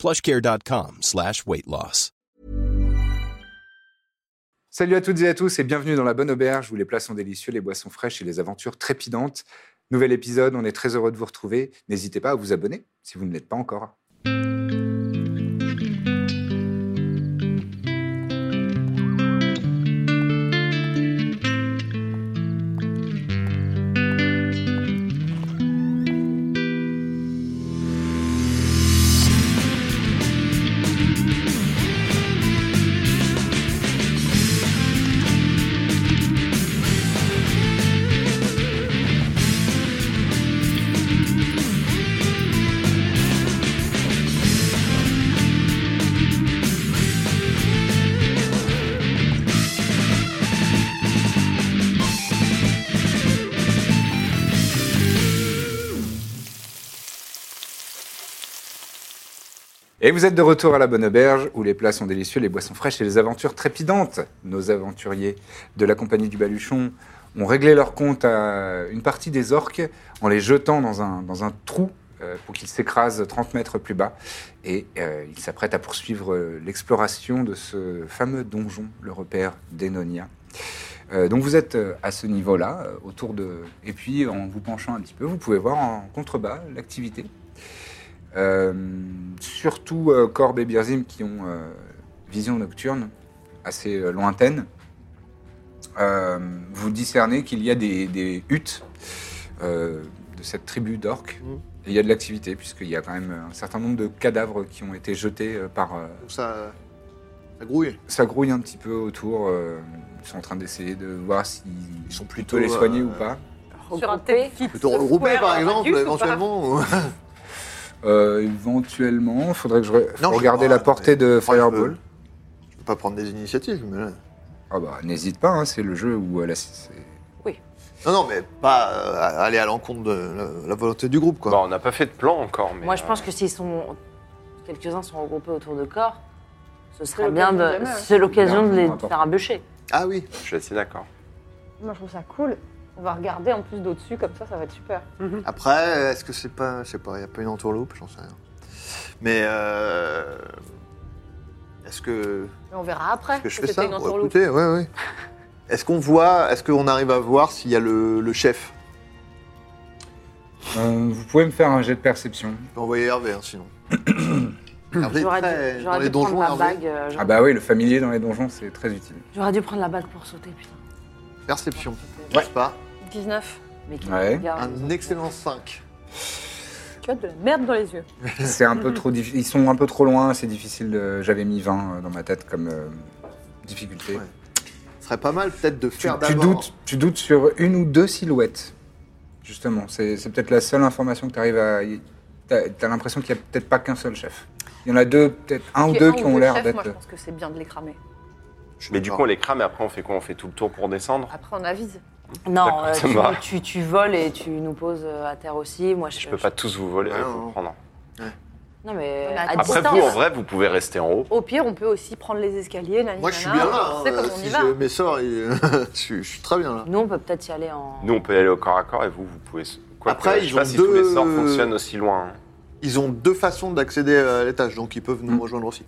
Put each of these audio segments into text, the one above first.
plushcare.com slash weight loss. Salut à toutes et à tous et bienvenue dans la bonne auberge où les plats sont délicieux, les boissons fraîches et les aventures trépidantes. Nouvel épisode, on est très heureux de vous retrouver. N'hésitez pas à vous abonner si vous ne l'êtes pas encore. Et vous êtes de retour à la bonne auberge où les plats sont délicieux, les boissons fraîches et les aventures trépidantes. Nos aventuriers de la compagnie du Baluchon ont réglé leur compte à une partie des orques en les jetant dans un, dans un trou euh, pour qu'ils s'écrasent 30 mètres plus bas. Et euh, ils s'apprêtent à poursuivre euh, l'exploration de ce fameux donjon, le repère d'Enonia. Euh, donc vous êtes euh, à ce niveau-là, euh, autour de... Et puis en vous penchant un petit peu, vous pouvez voir en contrebas l'activité euh, surtout euh, Corbe et Birzim qui ont euh, vision nocturne assez euh, lointaine, euh, vous discernez qu'il y a des, des huttes euh, de cette tribu d'orques. Mmh. Et il y a de l'activité, puisqu'il y a quand même euh, un certain nombre de cadavres qui ont été jetés euh, par, euh, Donc ça, ça grouille. ça grouille un petit peu autour. euh, ils sont en train d'essayer de voir s'ils sont plutôt plutôt, les soigner euh, ou pas. Sur un tête fit. Plutôt regroupé par exemple, éventuellement. ou- Euh, éventuellement, faudrait que je re- faut je- regarder la ah, portée mais- de Enfin, je peux- Fireball. Je peux pas prendre des initiatives. Mais... là- Ah bah n'hésite pas, hein, c'est le jeu où euh, la- c'est- Non, non, mais pas euh, aller à l'encontre de la, la volonté du groupe, quoi. Bah, on n'a pas fait de plan encore, mais. Moi, je euh, pense que s'ils sont. Quelques-uns sont regroupés autour de corps, ce serait bien de. l'occasion de les C'est l'occasion de les D'accord. faire un bûcher. Ah oui. Je suis assez d'accord. Moi, je trouve ça cool. On va regarder en plus d'au-dessus, comme ça, ça va être super. Après, est-ce que c'est pas, je sais pas, y a pas une entourloupe, j'en sais rien. Mais euh, est-ce que, Mais on verra après. est-ce que je si fais c'était ça une pour entourloupe. écouter Ouais, ouais. Est-ce qu'on voit, est-ce qu'on arrive à voir s'il y a le, le chef Euh, vous pouvez me faire un jet de perception. Je peux envoyer Hervé, hein, sinon. Hervé, est J'aurais très- dans dû, j'aurais les dû prendre donjons, la Hervé. bague. euh, j'aurais- Ah bah oui, le familier dans les donjons, c'est très utile. J'aurais dû prendre la bague pour sauter, putain. Perception. Ouais. Pas. 19. Mais qui Ouais. regarde, Un excellent 5. Tu as de la merde dans les yeux. C'est un peu trop diffi- Ils sont un peu trop loin, c'est difficile. de- J'avais mis 20 euh, dans ma tête comme euh, difficulté. Ouais. Ce serait pas mal peut-être de Tu, faire tu d'abord. doutes, tu doutes sur une ou deux silhouettes, justement. C'est c'est peut-être la seule information que tu arrives à. T'as as, l'impression qu'il n'y a peut-être pas qu'un seul chef. Il y en a deux, peut-être un ou Qu'il y ait deux qui ont l'air chefs, Moi, je d'être. euh, pense que c'est bien de les cramer. Je suis Mais du d'accord. coup, on les crame et après, on fait quoi On fait tout le tour pour descendre Après, on avise. Non, D'accord, euh, ça me va. tu, tu, tu voles et tu nous poses euh, à terre aussi. Moi, je, Je peux pas tous vous voler, Ouais, vous non. prendre. Non, mais Non, mais à attends. Après, distance. vous, en vrai, vous pouvez rester en haut. Au pire, on peut aussi prendre les escaliers. nani, Moi, je suis nana, bien là. On sait hein, comment on y si va. je mes sorts, et- je, suis- je suis très bien là. Nous, on peut peut-être y aller en. Nous, on peut y aller au corps à corps et vous, vous pouvez. se- Quoi Après, que, je ils sais pas ont si deux- tous les sorts fonctionnent aussi loin. hein. Ils ont deux façons d'accéder euh, à l'étage, donc ils peuvent nous Mm. rejoindre aussi.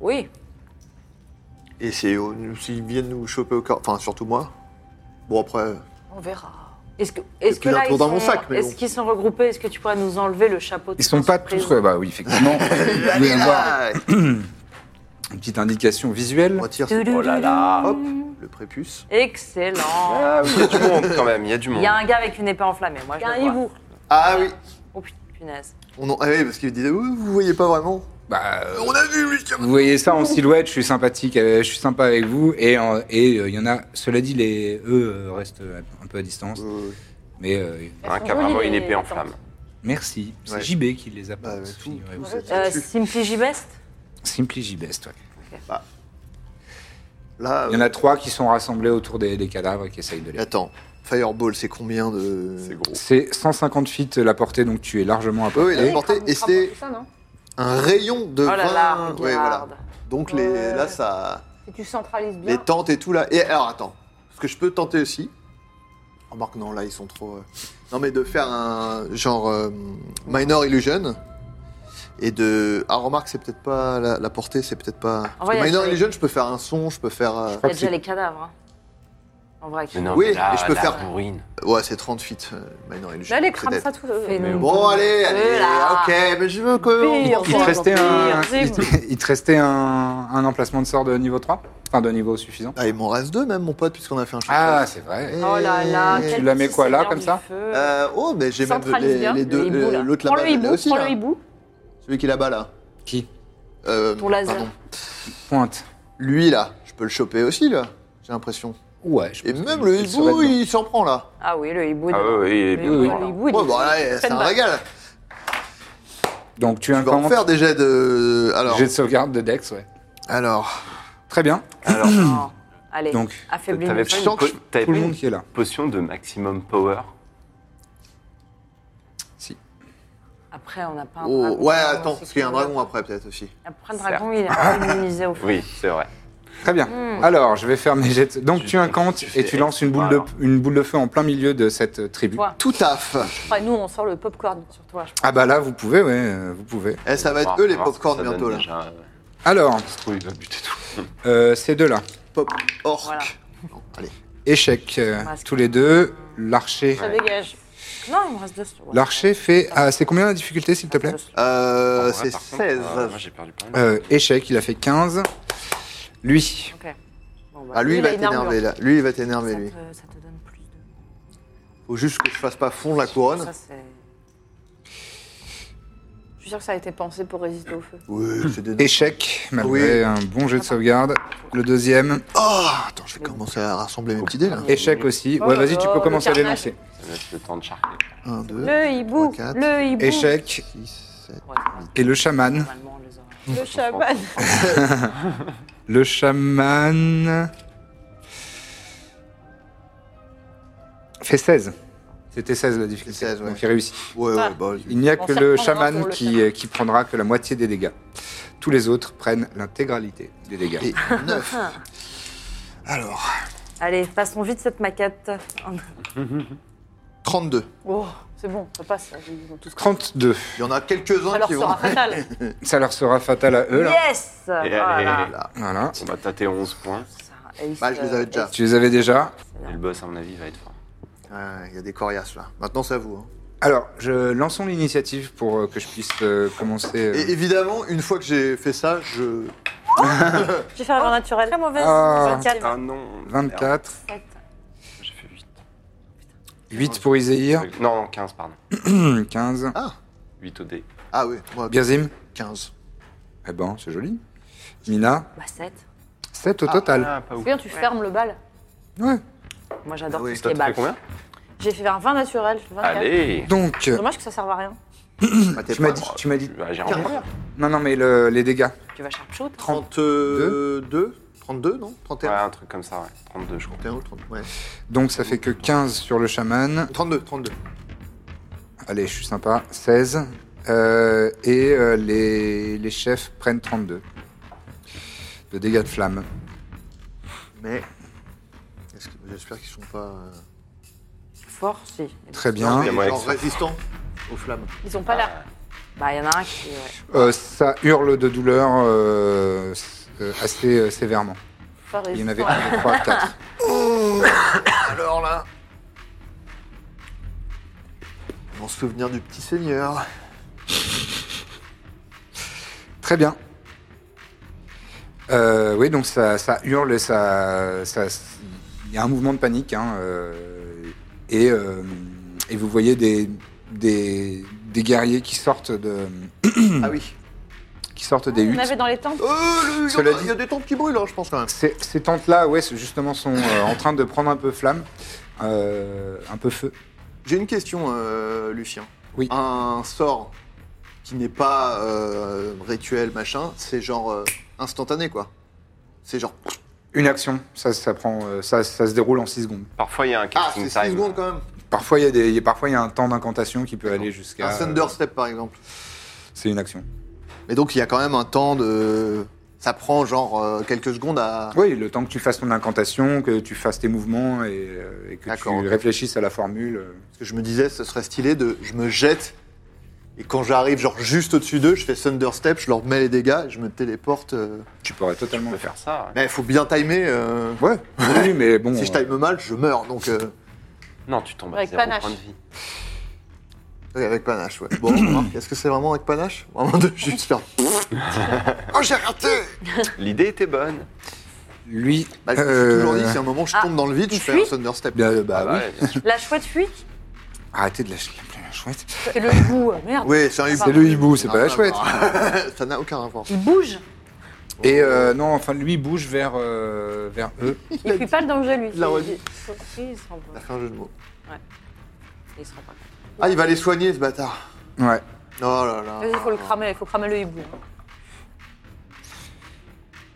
Oui. Et c'est au- s'ils viennent nous choper au corps, enfin surtout moi. Bon après, On verra. Est-ce que, est-ce puis que un là, tour ils dans mon sont, sac, mais est-ce bon. qu'ils sont regroupés Est-ce que tu pourrais nous enlever le chapeau de Ils sont pas tous. surprise ouais, Bah oui, effectivement. Il doit y avoir Ah, une petite indication visuelle. on retire Toulou. Oh là là hop le prépuce. Excellent. Ah oui, il y a du monde quand même, il y a du Il monde. y a un gars avec une épée enflammée. Moi, je Il y a le un vois. hibou. Ah oui, Oh putain, punaise. on en- ah oui parce qu'ils disaient oui, vous voyez pas vraiment. Bah, euh, On a vu lui. Vous voyez ça en silhouette, je suis sympathique, euh, je suis sympa avec vous, et euh, et, euh, il y en a, cela dit, les, eux euh, restent euh, un peu à distance, mais euh, Un Est-ce qui a qu'on vraiment relit Ah, une les épée en tentes flamme. merci, c'est Ouais. JB qui les apporte, Bah, ouais, tout- figurez-vous. tout, c'est- Euh, Simply Gibest Simply J-Best, ouais. Là, Il y en a trois qui sont rassemblés autour des, des cadavres et qui essayent de euh, les. attends, Fireball, c'est combien de. C'est gros. C'est 150 feet euh, la portée, donc tu es largement à Oui, portée. oui, il avait porté. Et c'était C'est ça, non un rayon de. Oh là là, 20 regarde. Ouais, voilà. Donc les, Ouais. là, ça. Si tu centralises bien. Les tentes et tout là. Et alors attends, ce que je peux tenter aussi. Remarque non là ils sont trop. euh, Non mais de faire un genre euh, minor illusion et de. Ah remarque c'est peut-être pas la, la portée c'est peut-être pas. Parce En que vrai, minor c'est- illusion je peux faire un son je peux faire. euh, Il y crois a que déjà c'est- les cadavres. hein. En vrai. Mais non, Oui, mais là, mais je peux la faire- bourrine. Ouais c'est 30 feet euh, minor illusion. Là, les c'est crame dead. ça tout. euh, Fais-nous. Mais Bon allez allez Voilà. ok mais je veux que. Pire, Il te restait, un, Pire, il te- il te restait un, un emplacement de sort de niveau 3 Enfin, de niveau suffisant Ah il m'en reste deux même mon pote puisqu'on a fait un Eh, choc. Ah, c'est vrai. Oh là là. Tu quel la mets petit quoi, là, seigneur comme du ça feu. Euh, oh mais j'ai même Centralise les, bien. les deux Le hibou, là. euh, l'autre Prends là-bas le hibou, là aussi prends là. le hibou. celui qui est là-bas là. Qui Euh, Ton laser. pardon. Pointe. Lui là, je peux le choper aussi là, j'ai l'impression. Ouais, je Et pense même qu'il- le il serait hibou, dedans. il s'en prend là. Ah oui, le hibou. Ah oui, Le oui, bien hibou, voilà. le hibou, il Bon, est- bah, il là, est c'est plein un de régal. Donc tu Tu vas en incantes. faire des jets de. Alors, J'ai de sauvegarde de Dex, ouais. alors, Très bien. Alors, balles. Non. Oh, Allez, Donc, affaiblis-nous. t'avais pas sens une, que po- t'avais Tout pas le une monde qui est là. potion de maximum power Après, on n'a pas un oh, dragon. ouais, on attends, sait parce qu'il y a un que- dragon après peut-être aussi. Après le dragon, il est immunisé au feu. Oui, c'est vrai. Très bien. Hmm. Alors, je vais faire mes jets. de- Donc, Tu- tu incantes tu et fais tu lances une boule, de, extra, une boule de feu en plein milieu de cette euh, tribu. Toi. Tout à fait. Après, nous, on sort le popcorn sur toi. je pense. Ah bah là, vous pouvez, ouais, euh, vous pouvez. Eh, ça va On être va eux les voir ce que popcorn ça donne bientôt là. déjà. Alors, Ça se trouve, il va buter tout. euh, ces deux-là. Pop orc. Voilà. Non, allez. Échec, euh, Masque. tous les deux. L'archer. Ça dégage. Non, il me reste deux. ouais. L'archer fait... Ah, c'est combien la difficulté, s'il te plaît Euh, Ouais, c'est par contre, 16. euh, moi, j'ai perdu plein de- Euh, Échec, il a fait 15. Lui, Ok. Bon, bah, ah, lui, Lui, il il va a une t'énerver là. Lui, il va t'énerver lui. Ça te, ça te donne plus de. Faut juste que je fasse pas fondre la couronne. Ça, c'est. Je suis sûre que ça a été pensé pour résister au feu. Oui, c'est des. échec, malgré Oui. un bon jeu de sauvegarde. Le deuxième, Oh, attends, je vais commencer à rassembler mes petits dés là. échec aussi. Ouais, Oh là vas-y, tu là, peux le commencer à les carnage. lancer. Ça va être le temps de charger. 1, 2, Le hibou, quatre. le hibou, Échec 6, 7. Ouais, ça reste- et le chaman. Normalement, on les aura. le chaman. Le chaman fait 16. C'était 16 la difficulté. 16, ouais. Donc il réussit. Ouais, ouais, bah, vas-y. Il n'y a On que s'y le reprendra chaman pour le qui, chaman. euh, qui prendra que la moitié des dégâts. Tous les autres prennent l'intégralité des dégâts. Et 9. Alors, Allez, passons vite cette maquette. 32. Oh, c'est bon, ça passe. Ils ont tous 32. Il y en a Ça quelques-uns leur qui vont. sera fatal. Ça leur sera fatal à eux. Là. Yes Et Voilà. allez, Voilà. on va tâter 11 points. Ça, Ace, Bah, je les euh, avais déjà. Ace, Tu les avais déjà. c'est Et bien. le boss, à mon avis, va être fort. Ouais, Il y a des coriaces là. Maintenant, c'est à vous. hein. Alors, je lançons l'initiative pour euh, que je puisse euh, commencer. euh. Et évidemment, une fois que j'ai fait ça, je. J'ai fait un vin naturel. Oh, Très mauvaise. Ah. 24. Ah non 24. Sept. merde, J'ai fait 8. 8 pour Iséir. Non, 15, pardon. 15. Ah 8 au dé. Ah oui, moi, Birzim. 15. Eh ben, c'est joli. Mina. Bah, 7. 7 au total. Ah, pas ouf. Viens, tu fermes le bal. Ouais. Moi, j'adore Ah oui, tout ce qui Toi, est t'as fait balle. combien J'ai fait un vin naturel. 24. Allez Donc, Dommage que ça serve à rien. Bah, t'es tu m'as pas- dit, tu m'as dit. Bah, J'ai en première. Non, non, mais le- les dégâts. Tu vas sharpshoot 32 32, non 31 Ouais, un truc comme ça, ouais. 32, je crois. 31 ou 30, ouais. Donc, ça fait que 15 sur le chaman. 32, 32. Allez, je suis sympa. 16. Euh, et euh, les, les chefs prennent 32 de dégâts de flamme. Mais. est-ce que- J'espère qu'ils sont pas. euh, Fort, si. Très non, bien. mais moi, genre avec ça. résistants aux flammes. Ils ont pas l'air. Bah, il y en a un qui. ouais. Euh, ça hurle de douleur euh, s- euh, assez euh, sévèrement. pas Il y en résistants. avait 1, 2, 3, 4. Alors là. Mon souvenir du petit seigneur. Très bien. Euh, oui, donc ça, ça hurle, et ça, ça- il y a un mouvement de panique, hein, euh, et, euh, et vous voyez des, des, des guerriers qui sortent de, Ah oui. qui sortent des Il y en huttes. avait dans les tentes. Euh, le- il y Cela en a- il y a des tentes qui brûlent, hein, je pense quand même. Ces, ces tentes-là, ouais, c'est- justement, sont euh, en train de prendre un peu flamme, euh, un peu feu. J'ai une question, euh, Lucien. Oui. Un sort qui n'est pas euh, rituel, machin, c'est genre euh, instantané, quoi. C'est genre. ah, Une action, ça, ça, prend, euh, ça, ça se déroule en 6 secondes. Parfois, il y a un Ah, casting c'est 6 time. secondes quand même. Parfois, il y, a des- il y a- parfois, il y a un temps d'incantation qui peut aller jusqu'à. Un Thunder Step, par exemple. euh, C'est une action. Mais donc, il y a quand même un temps de. Ça prend genre euh, quelques secondes à. Oui, le temps que tu fasses ton incantation, que tu fasses tes mouvements et, euh, et que tu D'accord. réfléchisses à la formule. euh. Parce que je me disais, ce serait stylé de. Je me jette. Et quand j'arrive, genre juste au-dessus d'eux, je fais Thunder Step, je leur mets les dégâts, et je me téléporte. euh. Tu pourrais totalement On le peut faire. faire ça. ouais. Mais il faut bien timer. euh. Ouais, oui, mais bon. Si je euh, time mal, je meurs. Donc, euh, Non, tu tombes à Avec zéro panache. point de vie. oui, avec panache, ouais. Bon, remarque, est-ce que c'est vraiment avec panache Vraiment de juste faire. oh, j'ai raté L'idée était bonne. Lui. Bah, je me suis euh, toujours hein. dit, si à un moment je Ah, tombe dans le vide, je il fais un fuit Thunder Step. bien, euh, bah, Ah bah oui. ouais, bien sûr. La chouette fuit Arrêtez de lâcher la la chouette. C'est le hibou, euh, merde. Oui, c'est un hibou. C'est le hibou, c'est Ah, pas la bah, chouette. ça n'a aucun rapport. Il bouge. Et Oh. euh, non, enfin, lui bouge vers, euh, vers eux. Il fuit pas le danger, lui. Il l'a C'est- redit. c'est- Il se rend Il a compte. fait un jeu de mots. Il se rend compte. Ah, il va les soigner, ce bâtard. Ouais. Oh là là. Vas-y, faut le cramer, il faut cramer le hibou. hein.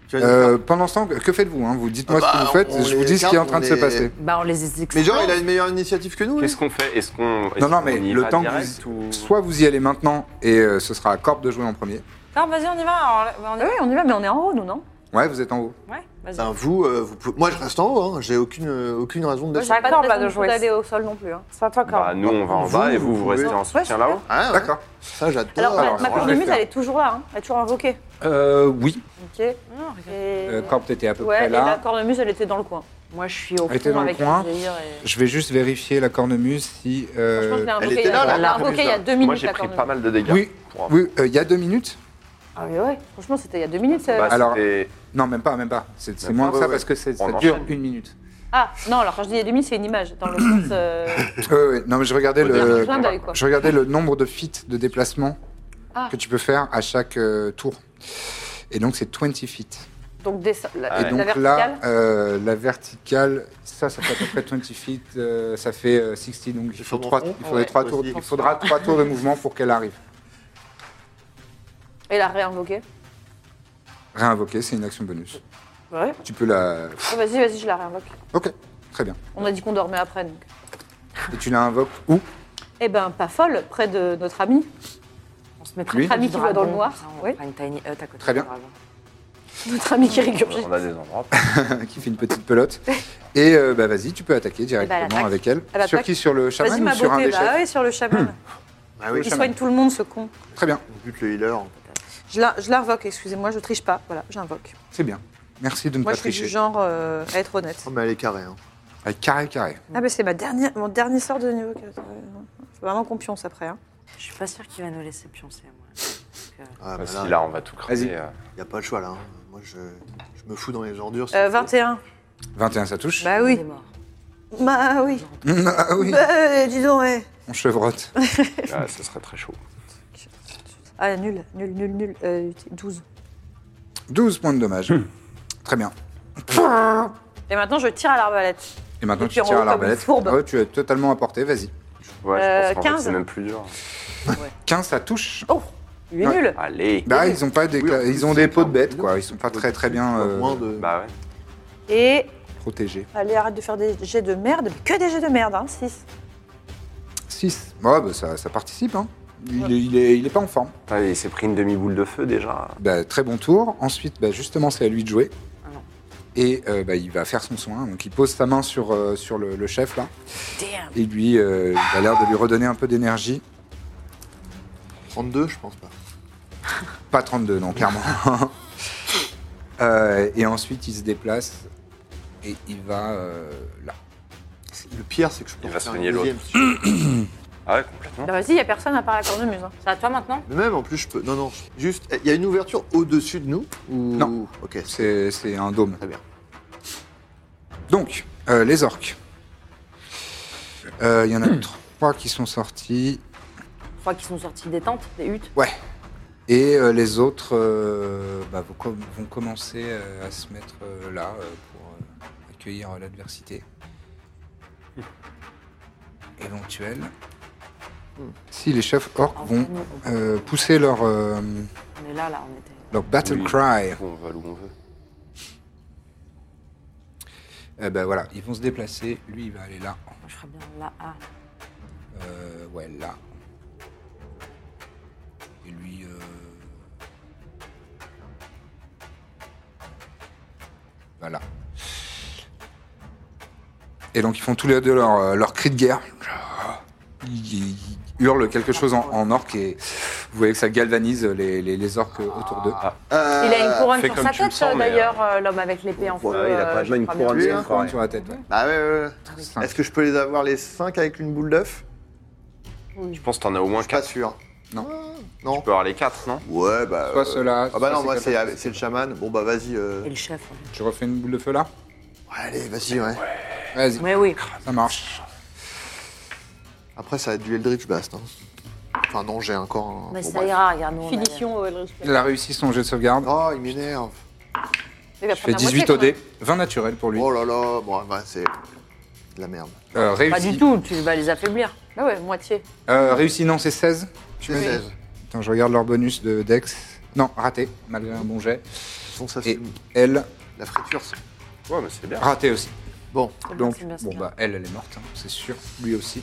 Tu vas Euh, dire- pendant ce temps, que faites-vous hein Vous dites-moi Ah ce que bah, vous faites, on je vous les dis ce qui est en écarte, train de on se les- passer. Bah, on les explose. Mais genre, il a une meilleure initiative que nous. lui. Qu'est-ce qu'on fait Est-ce qu'on. est-ce Non, non, qu'on mais y le va temps direct que vous- ou- Soit vous y allez maintenant et euh, ce sera à Corp de jouer en premier. Non, vas-y, on y va. alors, là, bah, on y va. Ah Oui, on y va, mais on est en haut, nous, non Ouais, vous êtes en haut. Ouais, vas-y. Ben, vous, euh, vous pouvez- moi je reste en haut, hein. j'ai aucune, euh, aucune raison de Moi, descendre. j'arrive Pas Attends, de bah, de raison jouer. d'aller au sol non plus. hein. C'est à toi, Bah, Corinne. nous, on va en Vous, bas et vous, vous vous restez pouvez- en soutien là-haut. Ah, ouais. D'accord. Ça, j'adore. Alors, ma- Alors, ma on va course de le muse, faire. elle est toujours là, hein. elle est toujours invoquée. Euh, oui. Ok. Et... Non, regarde. Euh, Corp, t'étais à peu ouais, près et la là. cornemuse, elle était dans le coin. Moi, je suis au Elle était fond dans le avec coin. le délire et... Je vais juste vérifier la cornemuse si. euh, Franchement, je l'ai invoquée était il y a- là, la je l'ai cornemuse, invoquée il y a là. deux minutes. Moi, j'ai la pris pas cornemuse. mal de dégâts. Oui, Pour- oui, euh, il y a deux minutes. Ah oui, ouais, franchement, c'était il y a deux minutes. Euh, euh. ça. Bah, Alors- c'était- Non, même pas, même pas. C'est c'est Ouais, moins que ouais, ça ouais. parce que c'est- ça On dure enchaîne. une minute. Ah, non, alors quand je dis il y a deux minutes, c'est une image. Dans le sens. euh, Ouais, ouais. Non, mais je regardais Au le. dernier clin d'œil, quoi. Je regardais le nombre de feet de déplacement Ah. que tu peux faire à chaque euh, tour. Et donc c'est 20 feet. Donc, des... la, Ah Et ouais. la donc verticale. là, euh, la verticale, ça, ça fait à peu près 20 feet, euh, ça fait euh, 60, donc il, C'est faut sûrement trois- rond. il faudrait Ouais, trois tours, aussi. il faudra trois tours de mouvement pour qu'elle arrive. Et la réinvoquée. Réinvoquer, c'est une action bonus. Ouais. Tu peux la... Oh, vas-y, vas-y, je la réinvoque. Ok, très bien. On a dit qu'on dormait après. Donc. Et tu la invoques où Eh ben, pas folle, près de notre ami. On se met Lui près Ami du qui voit dans le dragon, noir, ça, On oui. prend une tiny hut à côté Très du bien. dragon. Notre ami qui régurgite. On a des endroits. qui fait une petite pelote. Et euh, bah, vas-y, tu peux attaquer directement Eh ben, attaque. avec elle. Elle sur attaque. qui Sur le Vas-y, chaman ou ma sur un beauté. des Bah chefs Hum, ouais, sur le chaman. Ah oui, Il chaman. soigne tout le monde, ce con. Très bien, on bute le healer. Je la, je la revoque, excusez-moi, je triche pas. Voilà, j'invoque. c'est bien. Merci de ne Moi, pas je suis du tricher. Hum. genre euh, à être honnête. Oh, mais elle est carrée. Hein. Avec carré, carré. Ah, mais c'est ma dernière, mon dernier sort de niveau 4. ouais, non. Faut vraiment qu'on pionce après. hein. Je suis pas sûre qu'il va nous laisser pioncer, moi. Donc, euh, Ah, bah, Si là, là, on va tout Vas-y. cramer. euh, il n'y a pas le choix là. hein. Moi je, je me fous dans les ordures. Euh, c'est- 21. 21, ça touche Bah il est oui. mort. Bah oui. Ah oui, Bah, dis donc, ouais. on chevrotte. là, Ça serait très chaud. Ah, nul, nul, nul, nul. Euh, 12. 12 points de dommage. Hmm. Très bien. Et maintenant, je tire à l'arbalète. Et maintenant, Et tu puis on tires à roule comme l'arbalète. une fourbe. Ah ouais, tu as totalement apporté, vas-y. Ouais, Euh, je pense qu'en fait, 15. c'est même plus dur. 15, ça touche. Oh, il est Ouais. nul. Allez Bah, ils ont, pas des, Oui, en cla- plus, ils ont c'est des pots de clairement bêtes, plus quoi. dur. Ils sont pas très, très bien Pas euh, Moins de... Bah ouais. Et, protégés. allez, arrête de faire des jets de merde. Mais que des jets de merde, hein, 6. 6. Ouais, bah, ça, ça participe, hein. Il, est- il est, il est pas en forme. Putain, il s'est pris une demi-boule de feu déjà. Bah, très bon tour. Ensuite, bah, justement, c'est à lui de jouer. Ah non. Et euh, bah, il va faire son soin. Donc, il pose sa main sur, euh, sur le, le chef, là. Damn. Et lui, euh, il a l'air de lui redonner un peu d'énergie. 32, je pense pas. Pas 32, non, clairement. Euh, et ensuite, il se déplace et il va euh, là. Le pire, c'est que je peux Il en va faire soigner un l'autre. deuxième, si je veux. Ah ouais, complètement. Bah, vas-y, il n'y a personne à part la cornemuse. hein. C'est à toi maintenant Mais même en plus, je peux. Non, non, je- juste. Il y a une ouverture au-dessus de nous ou... Non. Ok, C'est c'est c'est un dôme. très bien. Donc, euh, les orques. Euh, Il y en a trois qui sont sortis Trois qui sont sortis des tentes, des huttes. et euh, les autres euh, bah, vont, com- vont commencer euh, à se mettre euh, là euh, pour euh, accueillir euh, l'adversité éventuelle. Si les chefs orques En vont fait, nous, on- euh, pousser leur, euh, on est là, là, on était. leur battle Oui. cry, On va où on veut. eh ben voilà, ils vont se déplacer. Lui, il va aller là. Moi, je serais bien là. Ah, Euh, ouais, là. Et lui. euh, Voilà. Et donc ils font tous les deux leur, euh, leur cri de guerre. Ils, ils hurlent quelque chose en, en orque et vous voyez que ça galvanise les, les, les orques autour Ah, d'eux. Euh, Il a une couronne fais sur comme sa tu le tête, sens, mais, d'ailleurs, euh, l'homme avec l'épée en feu. Ah Ouais, il a euh, quand même je une crois bien. couronne. lui, c'est hein. encore, Couronne sur la tête, ouais. Bah ouais, ouais, ouais. Cinq. Est-ce que je peux les avoir les 5 avec une boule d'œuf Je pense que t'en as au moins Je suis pas 4. Tu sûr. Non. Non peux avoir les 4, non Ouais, bah. Soit euh, ceux-là, Ah bah soit non, ces moi c'est quatre-là. avec- c'est le chaman. Bon bah vas-y. euh, et le chef. hein. en fait. Tu refais une boule de feu là ouais, allez, vas-y, ouais. Vas-y, Mais oui. ça marche. Après, ça va être du Eldritch Blast. Hein. Enfin, non, j'ai encore un. hein. Mais bon, ça bref. ira, regarde, nous. on a- Finition euh, au Eldritch Blade. Il a réussi son jet de sauvegarde. Oh, il m'énerve. C'est la Je Ah, bah, fais première 18 moitié, au quand même. dé, 20 naturel pour lui. Oh là là, bon, bah, c'est de la merde. Euh, réussi. Pas du tout, tu vas les affaiblir. Ah ouais, moitié. Euh, réussi, non, c'est 16. C'est 16. Attends, je regarde leur bonus de Dex. Non, raté, malgré un bon jet. Bon, ça, c'est Et elle, la friture. ça. Ouais, mais c'est bien. raté aussi. Bon, Donc, C'est bien, c'est bon, bien. bah, elle, elle est morte, hein, c'est sûr. Lui aussi.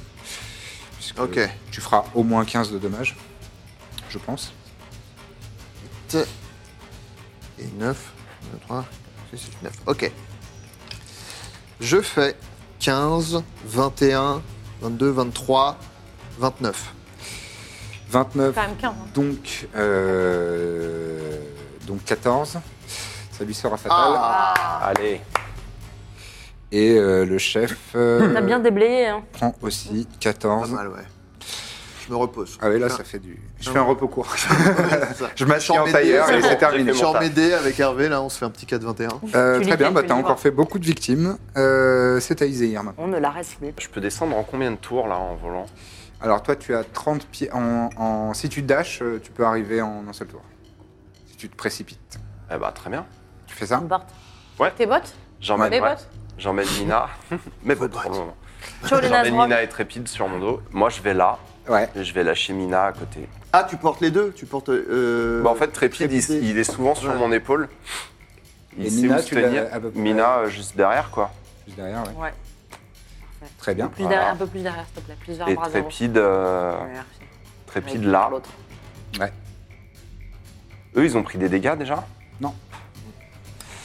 Puisque Ok. Tu feras au moins 15 de dommages, je pense. t- et 9, 3, 6, 9. Ok. Je fais 15, 21, 22, 23, 29. 29, Quand même 15. hein. donc, euh, donc 14. Ça lui sera fatal. Ah. Ah. Allez. Et euh, le chef euh, On a bien déblayé, hein. prend aussi Pas 14. mal, ouais. Je me repose. Ah oui, là, ça fait du. Je fais un repos court. Je Je m'assieds en tailleur et c'est c'est terminé. bon. Je suis mon en taf. m'aider avec Hervé, là, on se fait un petit 4-21. Euh, Tu très les bien, fais, bah, tu t'as les encore vois. fait beaucoup de victimes. Euh, c'est à Izehir maintenant. On ne l'arrête plus. Je peux descendre en combien de tours là en volant Alors toi, tu as 30 pieds. En, en- Si tu dashes, euh, tu peux arriver en un seul tour. Si tu te précipites. Eh bah très bien. Tu fais ça On part. Tes bottes J'emmène Mes ouais, bottes j'emmène Nina. Mes bottes pour le moment. Ciao les J'emmène Nazrog. Nina et Trépide sur mon dos. Moi je vais là. Ouais. et Je vais lâcher Mina à côté. Ah, tu portes les deux Tu portes. euh, Bah, en fait, Trépide, il, Trépide. il est souvent sur Ouais. mon épaule. Il Et sait Mina, où se tu l'as tenir. à peu près- Mina, euh, juste derrière, quoi. Juste derrière, ouais. Ouais. Très bien. Plus Voilà. derrière, un peu plus derrière, s'il te plaît. Plus vers Et bras avant. Trépide, euh, Merci. Trépide Ouais, là. l'autre. Eux, ils ont pris des dégâts déjà Et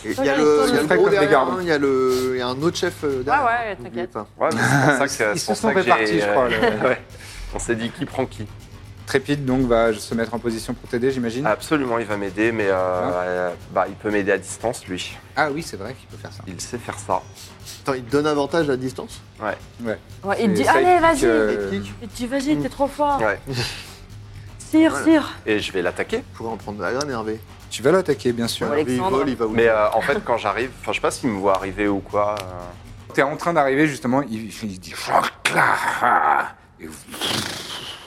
Il y a Soleil, le, soleil. il y a le Frais gros comme des derrière, gardes. hein, il y a le, il y a un autre chef euh, Ah derrière. Ouais, ouais, N'oubliez t'inquiète. pas. Ouais, mais c'est pour ça que c'est Ils se pour sont ça que j'ai- euh, répartis, je crois, le- Ouais. On s'est dit qui prend qui. Trépide donc va se mettre en position pour t'aider, j'imagine. Ah. Absolument, il va m'aider, mais euh, euh, bah, il peut m'aider à distance, lui. Ah oui, c'est vrai qu'il peut faire ça. Il sait faire ça. Attends, il te donne avantage à distance Ouais, il Et dit ça, Allez, kick, vas-y euh, Et kick Il dit Vas-y, t'es trop fort Ouais. Sire, Voilà. sire Et je vais l'attaquer. pour en prendre la graine, Hervé. Tu vas l'attaquer, bien sûr. Ouais. Hervé, il Alexandre. vole, il va où Mais euh, en fait, quand j'arrive, enfin, je sais pas s'il me voit arriver ou quoi. euh, T'es en train d'arriver, justement, il, il dit Claire Et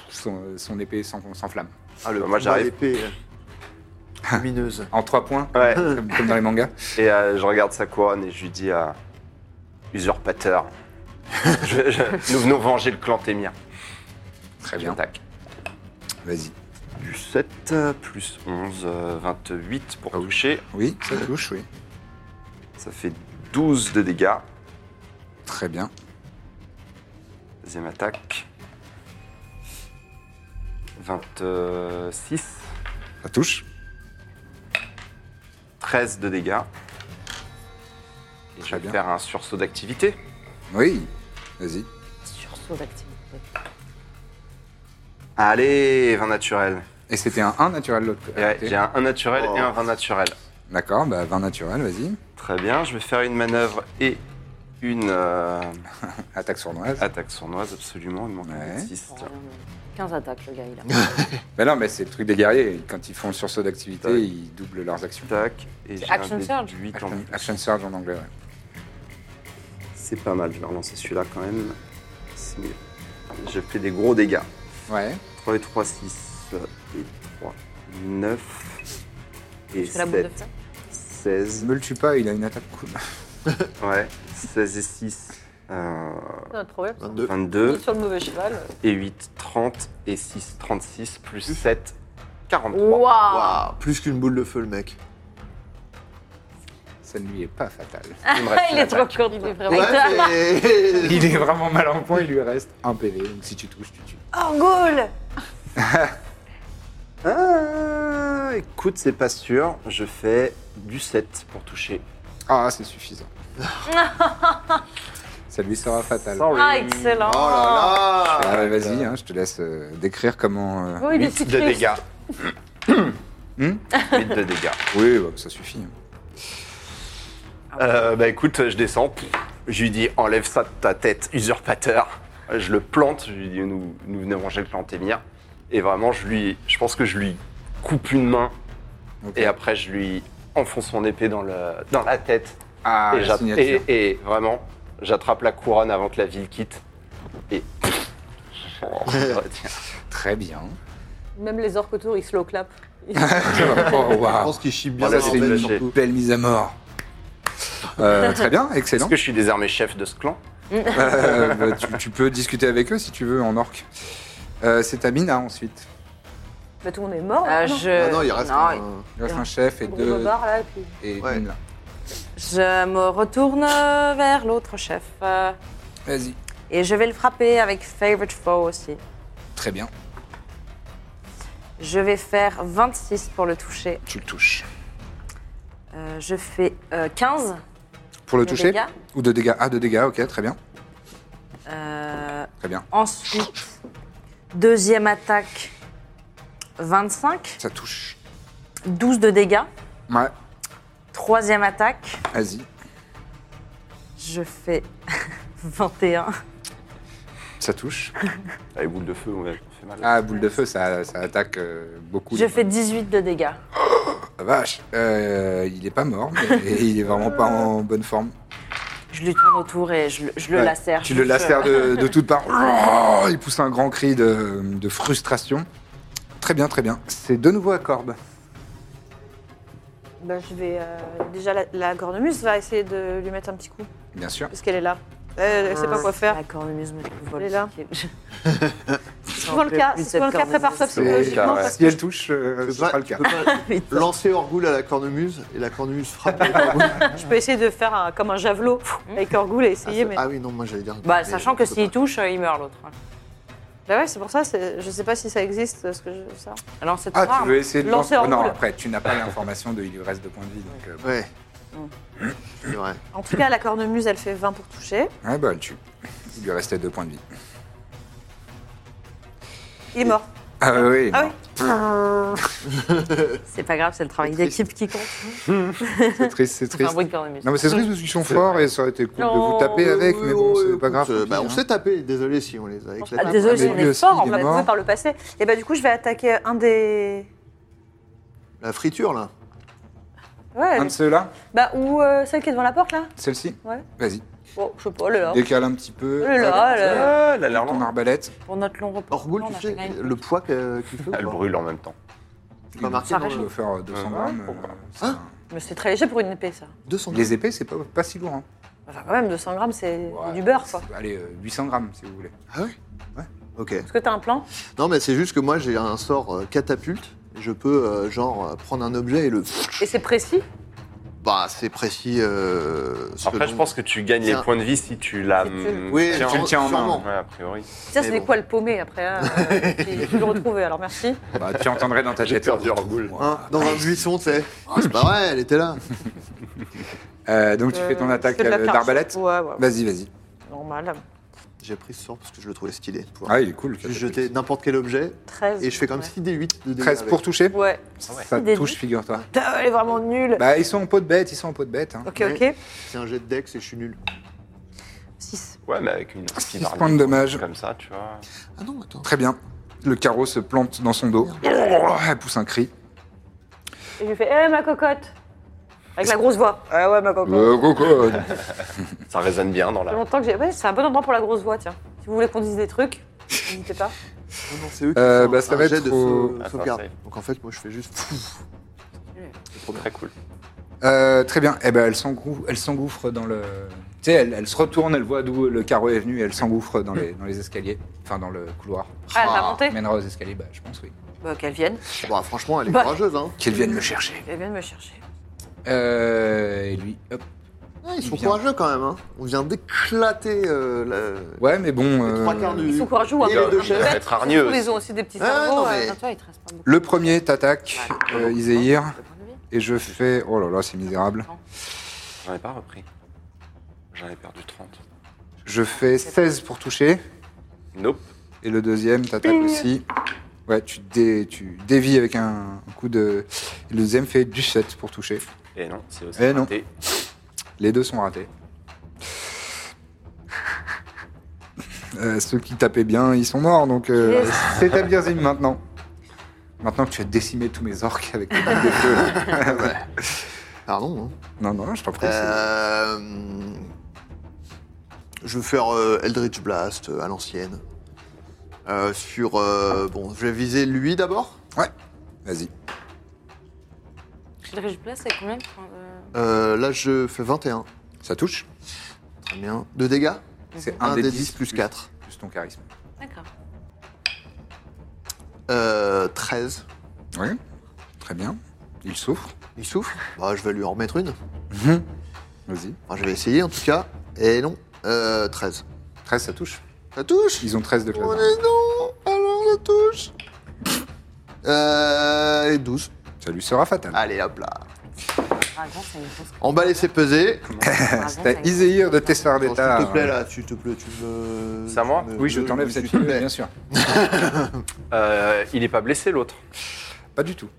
son, son épée s'en- s'enflamme. Ah, le Bah, moi, combat j'arrive. d'épée, euh, lumineuse. En trois points, Ouais. comme, comme dans les mangas. Et euh, je regarde sa couronne et je lui dis euh, Usurpateur. Je- je- nous venons venger le clan Témir. Très bien. J'attaque. Vas-y. Du 7 euh, plus 11, euh, 28 pour toucher. Ah Oui, ça touche, oui. Ça fait 12 de dégâts. Très bien. Deuxième attaque. 26. Ça touche. 13 de dégâts. Et je Très vais bien. faire un sursaut d'activité. Oui. Vas-y. Sursaut d'activité. Allez, 20 naturel. Et c'était un 1 naturel l'autre. Et ouais, côté. J'ai un 1 naturel Oh. et un 20 naturel. D'accord, bah 20 naturel, vas-y. Très bien, je vais faire une manœuvre et une euh, Attaque sournoise. attaque sournoise, absolument. Il manque Ouais. un 6. Pour rien, euh, 15 attaques, le gars, il a. Mais non, mais c'est le truc des guerriers. Quand ils font le sursaut d'activité, Ouais. ils doublent leurs actions. Tac, et j'ai Action un dé surge. de 8 en Action, plus. action surge en anglais, ouais. C'est pas mal, je vais relancer celui-là quand même. C'est mieux. Je fais des gros dégâts. Ouais. 3 et 3, 6 et 3, 9 et C'est la boule de 7, feu 16. Ne le tue pas, il a une attaque cool. Ouais, 16 et 6, euh, C'est notre problème. ça. 22. On 22, est sur le mauvais cheval. et 8, 30, et 6, 36, plus 7, 43. Ah. Waouh Waouh, plus qu'une boule de feu, le mec. Ça ne lui est pas fatal. Il me reste Il la est trop balle. court, il est vraiment. Ouais, mais- Ah. Il est vraiment mal en point, il lui reste un PV, donc si tu touches, tu tues. Oh, goal Ah, écoute, c'est pas sûr. Je fais du 7 pour toucher. Ah, c'est suffisant. Ça lui sera fatal. Sorry. Ah, excellent Oh là là Ah, ouais, vas-y, hein, je te laisse euh, décrire comment. euh, Oui, il est 8 de citrus. dégâts. Hmm 8 de dégâts. Oui, bah, ça suffit. hein. Euh, bah écoute, je descends. Je lui dis enlève ça de ta tête, usurpateur. Je le plante. Je lui dis nous, nous venons manger le plantémir. Et vraiment, je lui, je pense que je lui coupe une main Ok. et après je lui enfonce mon épée dans le dans la tête. Ah, et, la j'app- signature. et- et vraiment, j'attrape la couronne avant que la ville quitte. Et Très bien. Même les orques autour, ils slow clap. oh, Je waouh. pense qu'il chie bien Ça, Voilà, la c'est une belle, budget. surtout. belle mise à mort. Euh, très bien, est-ce excellent. que je suis désormais chef de ce clan Euh, bah, tu, tu peux discuter avec eux si tu veux en orc. Euh, c'est à Mina ensuite. Bah, tout le monde est mort. Euh, maintenant. je... Ah non, il reste non, un- Il reste un chef et Gros deux. bobard, là, et puis. Et Ouais. une là. Je me retourne vers l'autre chef. euh, Vas-y. Et je vais le frapper avec Favorite Foe aussi. Très bien, Je vais faire 26 pour le toucher. tu le touches. Euh, je fais euh, 15 Pour le de toucher dégâts. Ou de dégâts Ah, de dégâts, ok, très bien. Euh, Très bien, ensuite, deuxième attaque, 25. ça touche. 12 de dégâts. Ouais, Troisième attaque, vas-y. je fais 21. Ça touche. Ah, Les boules de feu, ouais, on fait mal. Ah, boule de feu, ça, ça attaque euh, beaucoup. Je les- fais 18 de dégâts. Ah, Vache, Euh, il est pas mort, mais il est vraiment pas en bonne forme. Je lui tourne autour et je, le- je le Ouais, lacère. Tu le Je- lacères de, de toutes parts. Oh, Il pousse un grand cri de, de frustration. Très bien, très bien. C'est de nouveau à Corbe. Bah, je vais. euh, Déjà, la, la cornemuse va essayer de lui mettre un petit coup, Bien sûr. parce qu'elle est là. Elle, elle sait pas quoi faire. Ah, La cornemuse me trouve Elle est là. Souvent Souvent le cas, souvent le cas prépare-toi le cas, psychologiquement. ouais. parce Si elle touche, euh, Tu ce peux sera pas- le tu cas. peux pas lancer Orgoul à la cornemuse et la cornemuse frappe. que Je peux essayer de faire un- comme un javelot avec Orgoul et essayer, mais. Ah oui, non, moi j'allais dire. Bah, mais sachant on que peut s'il pas. touche, euh, il meurt l'autre. Bah ouais, c'est pour ça, c'est- je sais pas si ça existe, ce que je. Ça. Alors, c'est Ah, tu veux essayer de Lancer lancer en Non, boule. après, tu n'as pas l'information de il lui reste deux points de vie. Donc, euh, Ouais. Hum. C'est vrai. En tout cas, la cornemuse, elle fait 20 pour toucher. ouais, bah, elle tue. Il lui restait deux points de vie. Il est mort. Ah oui, Ah non. oui C'est pas grave, c'est le travail C'est triste. d'équipe qui compte. c'est triste, c'est Enfin, triste. bruit de cornemuse. Non mais c'est triste parce qu'ils sont forts et ça aurait été cool de vous taper Ouais, avec, ouais, mais bon, ouais, c'est pas écoute, grave. euh, tant bah, pis, on hein. s'est tapé, désolé si on les a éclatés. Ah, désolé, mais on lui est aussi, il fort, on On est va l'a prouvé mort. par le passé. Et bah, du coup, je vais attaquer un des. La friture là. Ouais. Un de ceux-là, Bah, ou euh, celle qui est devant la porte, là celle-ci Ouais. Vas-y, Bon, je sais pas, le là. décale un petit peu. Le Oh là, Hop, le- Ah, la larme. Ton arbalète. Pour notre long repos. Orgoul, tu sais, le poids que- euh, qu'il fait. ou Ah, Elle pas brûle en même temps. J'ai pas marqué Il dans le- doit faire 200 Ouais, grammes. pourquoi euh, c'est Hein un- Mais c'est très léger pour une épée, ça. 200 Les épées, c'est pas, pas si lourd. hein. Enfin, quand même, 200 grammes, c'est Ouais, du beurre, quoi. c'est- Allez, euh, 800 grammes si vous voulez. Ah ouais Ouais. Ok. Est-ce que t'as un plan Non, mais c'est juste que moi j'ai un sort euh, catapulte. Je peux, euh, genre, euh, prendre un objet et le. Et c'est précis Bah, c'est précis. euh, Après, selon- je pense que tu gagnes C'est les un- points de vie si tu la. Si tu- Oui, tiens. tu le tiens en main. sûrement. Ouais, a priori. Ça, c'est Mais des bon. poils paumés, après. hein, euh, qui- je peux le retrouver, alors merci. Bah, tu entendrais dans ta J'ai tête. perdu euh, Orgoul. Hein, dans un buisson, tu sais. Ah, c'est pas vrai, elle était là. Euh, donc tu fais ton Euh, attaque je fais de la euh, carte. d'arbalète Ouais, ouais, Vas-y, vas-y. normal. J'ai pris ce sort parce que je le trouvais stylé. Pour Ah, il est cool. le catapulte. jeter n'importe quel objet 13. et je fais comme ouais. 6 des 8 de dégâts. 13 pour avec. toucher Ouais. Ça Des te touche, figure-toi. Putain, elle est vraiment nulle. Bah, ils sont en peau de bête, ils sont en peau de bête. Hein. ok, ouais. ok. C'est un jet de dex et je suis nul. 6. Ouais, mais avec une Six points de dommage. Comme ça, tu vois. Ah non, attends. Très bien. Le carreau se plante dans son dos. Oh, Elle pousse un cri. Et je lui fais, hé, ma cocotte Avec la grosse voix. Ouais, Ah ouais, ma cocotte. Euh, coco. Ça résonne bien dans Ça la. fait longtemps que j'ai. Ouais, c'est un bon endroit pour la grosse voix, tiens. Si vous voulez qu'on dise des trucs, n'hésitez pas. Ah non, c'est eux qui Euh, font bah, ça un va être jet de au- sau- Attends, sauvegarde. save. Donc en fait, moi je fais juste. Pfff. Très cool. Euh, très bien. Eh ben, elle s'engrou- elle s'engouffre dans le. sais, elle, elle se retourne, elle voit d'où le carreau est venu et elle s'engouffre dans les, dans les escaliers. Enfin, dans le couloir. Ah, elle va monter Elle mènera aux escaliers, bah, je pense, oui. Bah, qu'elle vienne. Bah, franchement, elle est Bah. courageuse, hein. Qu'elle vienne me chercher. Qu'elle vienne me chercher. Euh, et lui, hop. Ah, ils Il sont vient. courageux quand même, hein. On vient d'éclater euh, la- Ouais, mais bon. les trois euh, quarts du. Ils sont courageux ou un Et peu les deux bêtes, chefs. Ça va être hargneux surtout, aussi. Ils ont aussi des petits Ah, cerveaux. non, mais- euh, toi, il te reste pas beaucoup. Le premier t'attaque, Ouais. euh, Izehir, Je vais prendre le billet. et je fais. Oh là là, c'est misérable. J'en ai pas repris. J'en ai perdu 30. Je fais 16 pour toucher, Nope. et le deuxième t'attaque aussi. Ouais, tu, dé- tu dévis avec un coup de. et Le deuxième fait du 7 pour toucher. Et non, c'est aussi Eh non. raté. Les deux sont ratés. Euh, ceux qui tapaient bien, ils sont morts, donc euh, Yes. c'est ta birzine maintenant. Maintenant que tu as décimé tous mes orques avec tes balles de feu. Pardon. hein. non, non, je t'en prie. c'est- Euh, Je vais faire euh, Eldritch Blast euh, à l'ancienne. Euh, sur. euh, Bon, je vais viser lui d'abord. Vas-y. Le riche place, c'est combien Enfin, euh, Euh, là, je fais 21. Ça touche Très bien. De dégâts C'est Un des 10 plus 4. Plus ton charisme. D'accord. Euh, 13. Oui, très bien. Il souffre. Il souffre Bah, je vais lui en remettre une. Vas-y. Enfin, je vais essayer en tout cas. Et non. Euh, 13. 13, ça touche. Ça touche Ils ont 13 de classe. On est non Alors, ça touche Euh. Et 12. Ça lui sera fatal. Allez, hop là. Dragon, Ah, c'est une grosse. Emballer ses pesées. Ah, Dragon, c'est T'as une- Iséir de Tessar Oh, S'il te d'État. plaît, là, s'il te plaît, tu me. C'est à moi tu me- Oui, je t'enlève cette S'il te fille, plaît. bien sûr. Euh, il est pas blessé l'autre. Pas du tout.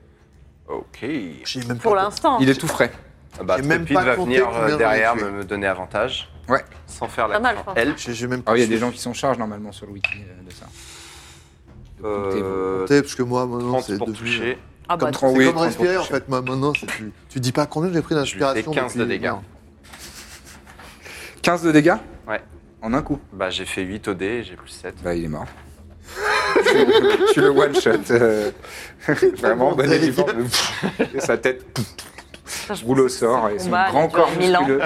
Ok. J'ai même Pour pas- l'instant. Il est tout frais. Bah, J'ai même Trépide pas va compté venir combien euh, j'en ai derrière tué. me, me donner avantage. Ouais. Sans faire Pas la mal, fin. je pense. Elle. J'ai j'ai même Ah pas. oui, il y a des gens qui s'en chargent normalement sur le wiki euh, de ça. De compter Euh, vos- T'es, Parce que moi, maintenant, 30 c'est pour devenu- toucher. Ah bah, Comme, trente, c'est oui, comme 30 respirer, en pour toucher. fait. Moi, maintenant, c'est- tu, tu dis pas combien j'ai pris Je lui fais d'inspiration. 15 de depuis- dégâts. 15 de dégâts Ouais. En un coup. Bah, j'ai fait 8 au dé, j'ai plus 7. Bah, il est mort. tu le one shot. euh, vraiment, bonne Dégâts. uniforme. Et Sa tête ça, je roule au pense que sort ce et son combat, grand il dure corps mille ans. musculeux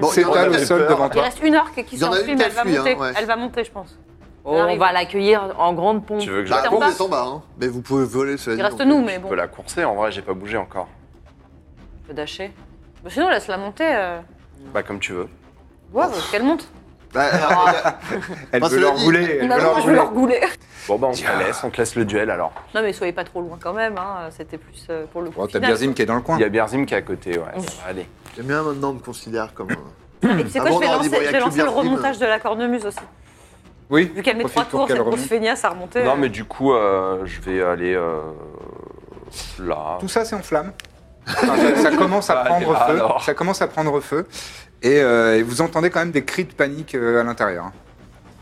Bon, il y en a s'étale au qui sol peur. devant Il toi. reste une orque qui Il y en sort a du une film, qui a elle va fui, hein, monter. ouais. Elle va monter, je pense. Oh, on va l'accueillir en grande pompe. Tu veux que je Bah, la Tiens, bon, course passe. c'est en bas, hein. Mais vous pouvez voler, cela Il dit, reste donc, nous, euh, mais Je bon. peux la courser, en vrai, j'ai pas bougé encore. On peut dasher. Bah, sinon, laisse-la monter. euh. Bah, comme tu veux. Ouais, bah, qu'elle monte. bah, alors, il y Ah. a- Elle Bah, veut cela leur dit- rouler. Elle Bah, veut non, leur je veux rouler. leur gouler. Bon, bah, on te la laisse, on te laisse le duel alors. Non, mais soyez pas trop loin quand même. hein, C'était plus euh, pour le coup. Bon, Oh, t'as final. Birzim qui est dans le coin. Il y a Birzim qui est à côté, ouais. Oui. ça va aller. J'aime bien maintenant me considère comme. un- Et tu sais Ah quoi, bon, on a je vais dit, bon, il lancer, y a je vais que lancer le Birzim. remontage de la cornemuse aussi. Oui. Vu qu'elle met profite trois pour tours, qu'elle cette grosse remonte. feignasse à remonter. Non, euh, mais du coup, euh, je vais aller euh, là. Tout ça, c'est en flamme. Enfin, ça, ça commence à Ah, prendre ah, feu. alors. Ça commence à prendre feu. Et, euh, et vous entendez quand même des cris de panique euh, à l'intérieur. hein.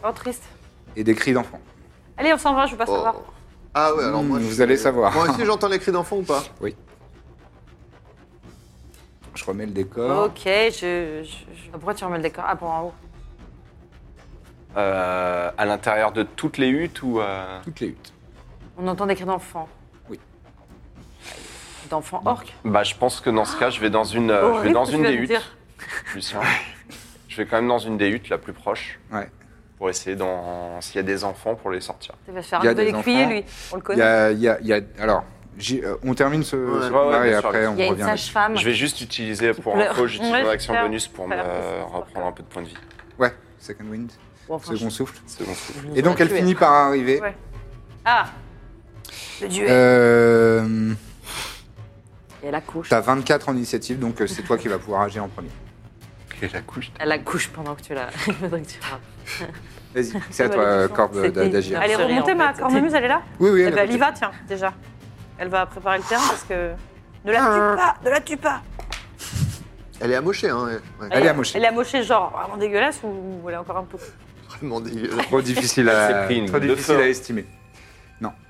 Oh, triste. Et des cris d'enfants. Allez, on s'en va, je veux pas Oh. savoir. Ah ouais, alors moi. Mmh, vous je- allez savoir. Moi aussi, j'entends les cris d'enfant ou pas Je remets le décor. Ok, je, je- je- Pourquoi tu remets le décor Ah, pour en haut. Euh, à l'intérieur de toutes les huttes ou. euh, Toutes les huttes. On entend des cris d'enfants. Oui. D'enfants orques. Bah, je pense que dans ce cas, je vais dans une, euh, je vais Horrible, dans Oh, tu une viens des de huttes. dire. Lucien. je vais quand même dans une des huttes la plus proche. Ouais. Pour essayer d'en. S'il y a des enfants, pour les sortir. Il va se faire Il y a un peu des l'écuyer, enfants. lui. On le Il y connaît. a, il y a- il y a- alors, j'ai- euh, on termine ce, Ouais, ce ouais, combat ouais, et bien sûr, après bien on Il y a, une revient. là-dessus. sage-femme. Je vais juste utiliser pour pleure. info, j'utilise Ah Ouais, mon action super. bonus pour me Super, c'est euh, super. reprendre un peu de points de vie. Ouais, second wind, Bon, enfin, second souffle. Second souffle. je- Et donc je elle vais hein. finit par arriver. Ouais. Ah Le duel. Euh, Et elle accouche. T'as 24 en initiative, donc euh, c'est toi qui vas pouvoir agir en premier. Et la couche. Elle accouche pendant que tu la. pendant que tu la- Vas-y, c'est à toi, euh, Corbe, C'était une d'agir. Allez, Allez, remontez remontez ma cornemuse, elle est là Oui, oui, elle Eh est ben, à elle y côté. va, tiens, déjà. Elle va préparer le terrain parce que. Ne la Ah. tue pas Ne la tue pas Elle est amochée, hein. ouais. Ouais. Elle est amochée. Elle est amochée, genre vraiment dégueulasse ou elle est encore un peu. Vraiment dégueulasse. Trop difficile Elle s'est à, pris une trop goutte de difficile feu. à estimer.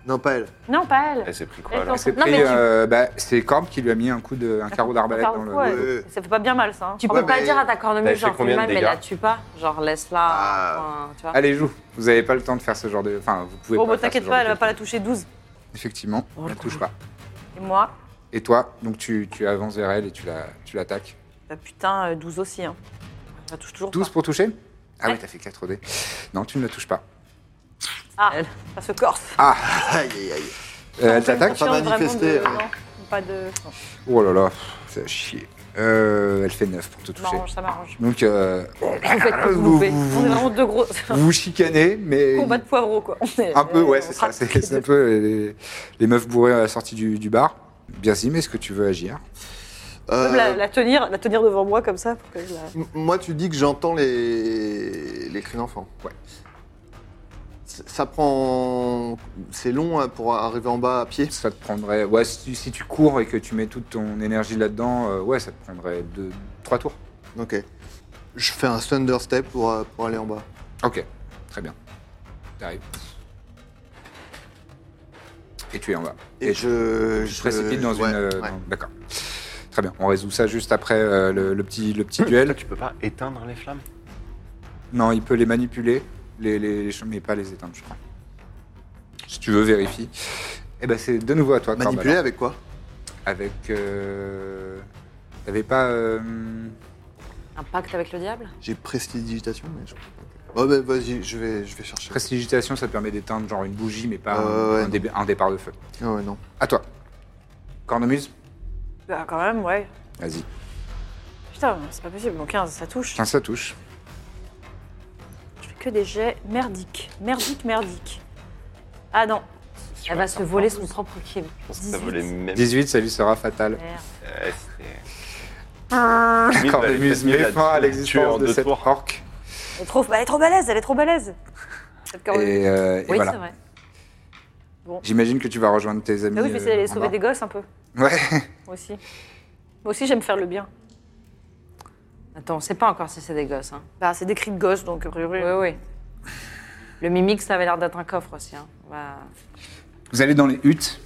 Non, pas elle. Non, pas elle. Elle s'est pris quoi Elle là C'est Non, pris, mais tu- euh, bah, c'est Corbe qui lui a mis un coup de, un carreau d'arbalète Enfin, dans le. ouais, le- Ça fait pas bien mal, ça. hein. Tu Ouais, peux pas mais- dire à ta T'avais cornemuse, fait genre, fais combien de mal, mais dégâts la tue pas. Genre, laisse-la. Ah. enfin, tu vois. Allez, joue. Vous n'avez pas le temps de faire ce genre de. Enfin, vous pouvez Bon, pas. bah, faire ce t'inquiète genre pas, de elle va calcul. pas la Oh, toucher 12. Effectivement, on ne touche pas. Et moi, Et toi, donc tu, tu avances vers elle et tu la, tu l'attaques. bah, putain, euh, 12 aussi. Hein. Ça touche toujours 12 pas. pour toucher Ah oui, t'as fait 4D. Non, tu ne le touches pas. Ah, ça se corse. Aïe, aïe, aïe. Euh, elle t'attaque Pas Chiant, vraiment, manifesté, de- euh. ouais. non, pas de. Oh là là, ça va chier. Euh, elle fait 9 pour te Ça toucher. m'arrange, ça m'arrange. Donc, euh, Vous faites que vous Vous- loupez. On est vraiment deux gros. c'est vous vous chicanez, mais... un combat de poivrons, quoi. Un peu, ouais, On c'est sera- ça. C'est c'est un peu les, les meufs bourrées à la sortie du, du bar. Bien Sim, est-ce que tu veux agir Même Euh, la, la tenir, la tenir devant moi comme ça pour que je la. m- Moi, tu dis que j'entends les... les cris d'enfants. Ouais. C- Ça prend. C'est long hein, pour arriver en bas à pied. Ça te prendrait... Ouais, si tu, si tu cours et que tu mets toute ton énergie là-dedans, euh, ouais, ça te prendrait deux, trois tours. Ok. Je fais un thunder step pour, euh, pour aller en bas. Ok, très bien. T'arrives. Et tu es en bas. Et, je. Je Euh, Je te précipite dans ouais, une... euh, ouais. dans- D'accord. Très bien, on résout ça juste après euh, le, le petit, le petit duel. Tu peux pas éteindre les flammes Non, il peut les manipuler, les, les, les- mais pas les éteindre, je crois. Si tu veux, vérifie. Eh ben, c'est de nouveau à toi, Corbe, Manipuler alors. avec quoi Avec. Euh... T'avais pas. euh, Un pacte avec le diable J'ai prestidigitation, mais je. Ouais, bah, vas-y, je vais, je vais chercher. Prestidigitation, ça te permet d'éteindre genre une bougie, mais pas Euh, un, ouais, un dé- un départ de feu. Ah ouais, non. À toi. Cornemuse Bah, quand même, ouais. Vas-y. Putain, c'est pas possible. Bon, 15, ça touche. 15, ça touche. Je fais que des jets merdiques. Merdiques, merdiques. Ah non. Elle va se voler son propre kill. Je pense que ça volait même. 18, ça lui sera fatal. Merde. Ouais, c'était- Ah. bah, Cornemuse met Peut-être fin à mieux la tuer en l'existence de deux cette tours. orque. Elle est trop, elle est trop balèze, elle est trop balèze. Cette Et, cornemuse. euh, et Oui, c'est voilà. vrai. J'imagine que tu vas rejoindre tes amis. Ah oui, je vais essayer euh, d'aller en sauver bas. des gosses un peu. Ouais. Moi aussi. Moi aussi, j'aime faire le bien. Attends, on sait pas encore si c'est des gosses. Hein. Bah, c'est des cris de gosses, donc a priori. Oui, oui. Le mimique, ça avait l'air d'être un coffre aussi. Hein. On va- Vous allez dans les huttes.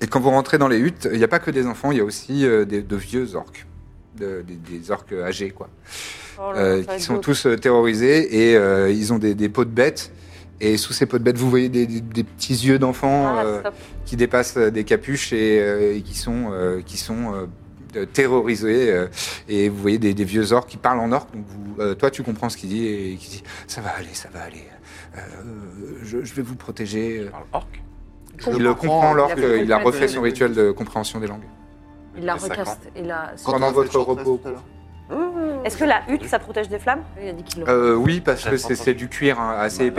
Et quand vous rentrez dans les huttes, il n'y a pas que des enfants, il y a aussi euh, des, de vieux orques. De- des, des orques âgés, quoi. Oh là là, Euh, ça va qui être sont glauque. tous euh, terrorisés et euh, ils ont des, des peaux de bêtes. Et sous ces peaux de bêtes, vous voyez des, des- des petits yeux d'enfants Ah, euh, stop. qui dépassent euh, des capuches et, euh, et qui sont, euh, qui sont euh, euh, terrorisés. euh, et vous voyez des, des vieux orques qui parlent en orque. Donc vous- euh, toi, tu comprends ce qu'il dit et qui dit Ça va aller, ça va aller. Euh, je, je vais vous protéger. euh. Parle orc. Je Il le comprend alors il a qu'il a complètement refait son été- rituel de compréhension des langues. Il l'a C'était cinq ans. recaste. Il a... Quand- Pendant on a fait votre le short rest repos. tout à l'heure. Est-ce que la hutte, ça protège des flammes il a dit qu'il le Euh, oui, parce que J'attends c'est ton- c'est du cuir hein, assez épais.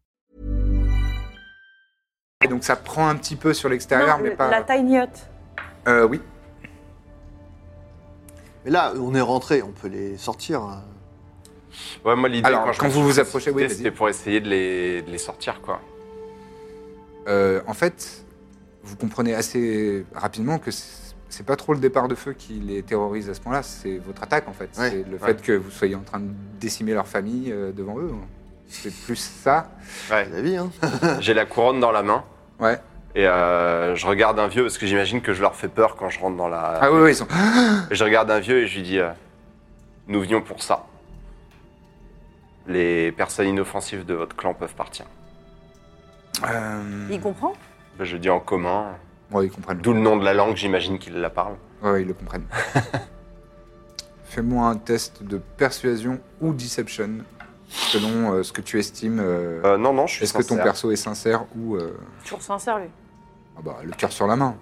Et donc ça prend un petit peu sur l'extérieur, Non, mais le- pas. La tiny hut. Euh, oui. Mais là, on est rentré, on peut les sortir. hein. Ouais, moi, l'idée, Alors, je quand me vous suis vous approchez, oui, précipité, vas-y. C'était pour essayer de les, de les sortir, quoi. Euh, en fait, vous comprenez assez rapidement que c'est c'est pas trop le départ de feu qui les terrorise à ce point-là, c'est votre attaque en fait. Ouais, c'est le ouais. fait que vous soyez en train de décimer leur famille euh, devant eux. C'est plus ça. Ouais. C'est la vie, hein. J'ai la couronne dans la main. Ouais. Et euh, je regarde un vieux, parce que j'imagine que je leur fais peur quand je rentre dans la... Ah oui, oui, ils sont. Et Je regarde un vieux et je lui dis euh, Nous venions pour ça. Les personnes inoffensives de votre clan peuvent partir. Euh, Il comprend Ben, Je dis en commun, ouais, ils comprennent. d'où le nom de la langue, j'imagine qu'ils la parlent. Ouais, ils le comprennent. Fais-moi un test de persuasion ou deception, selon euh, ce que tu estimes. euh, Euh, non, non, je suis Est-ce que ton sincère. perso est sincère ou. euh, Toujours sincère, lui. ah bah, le cœur sur la main.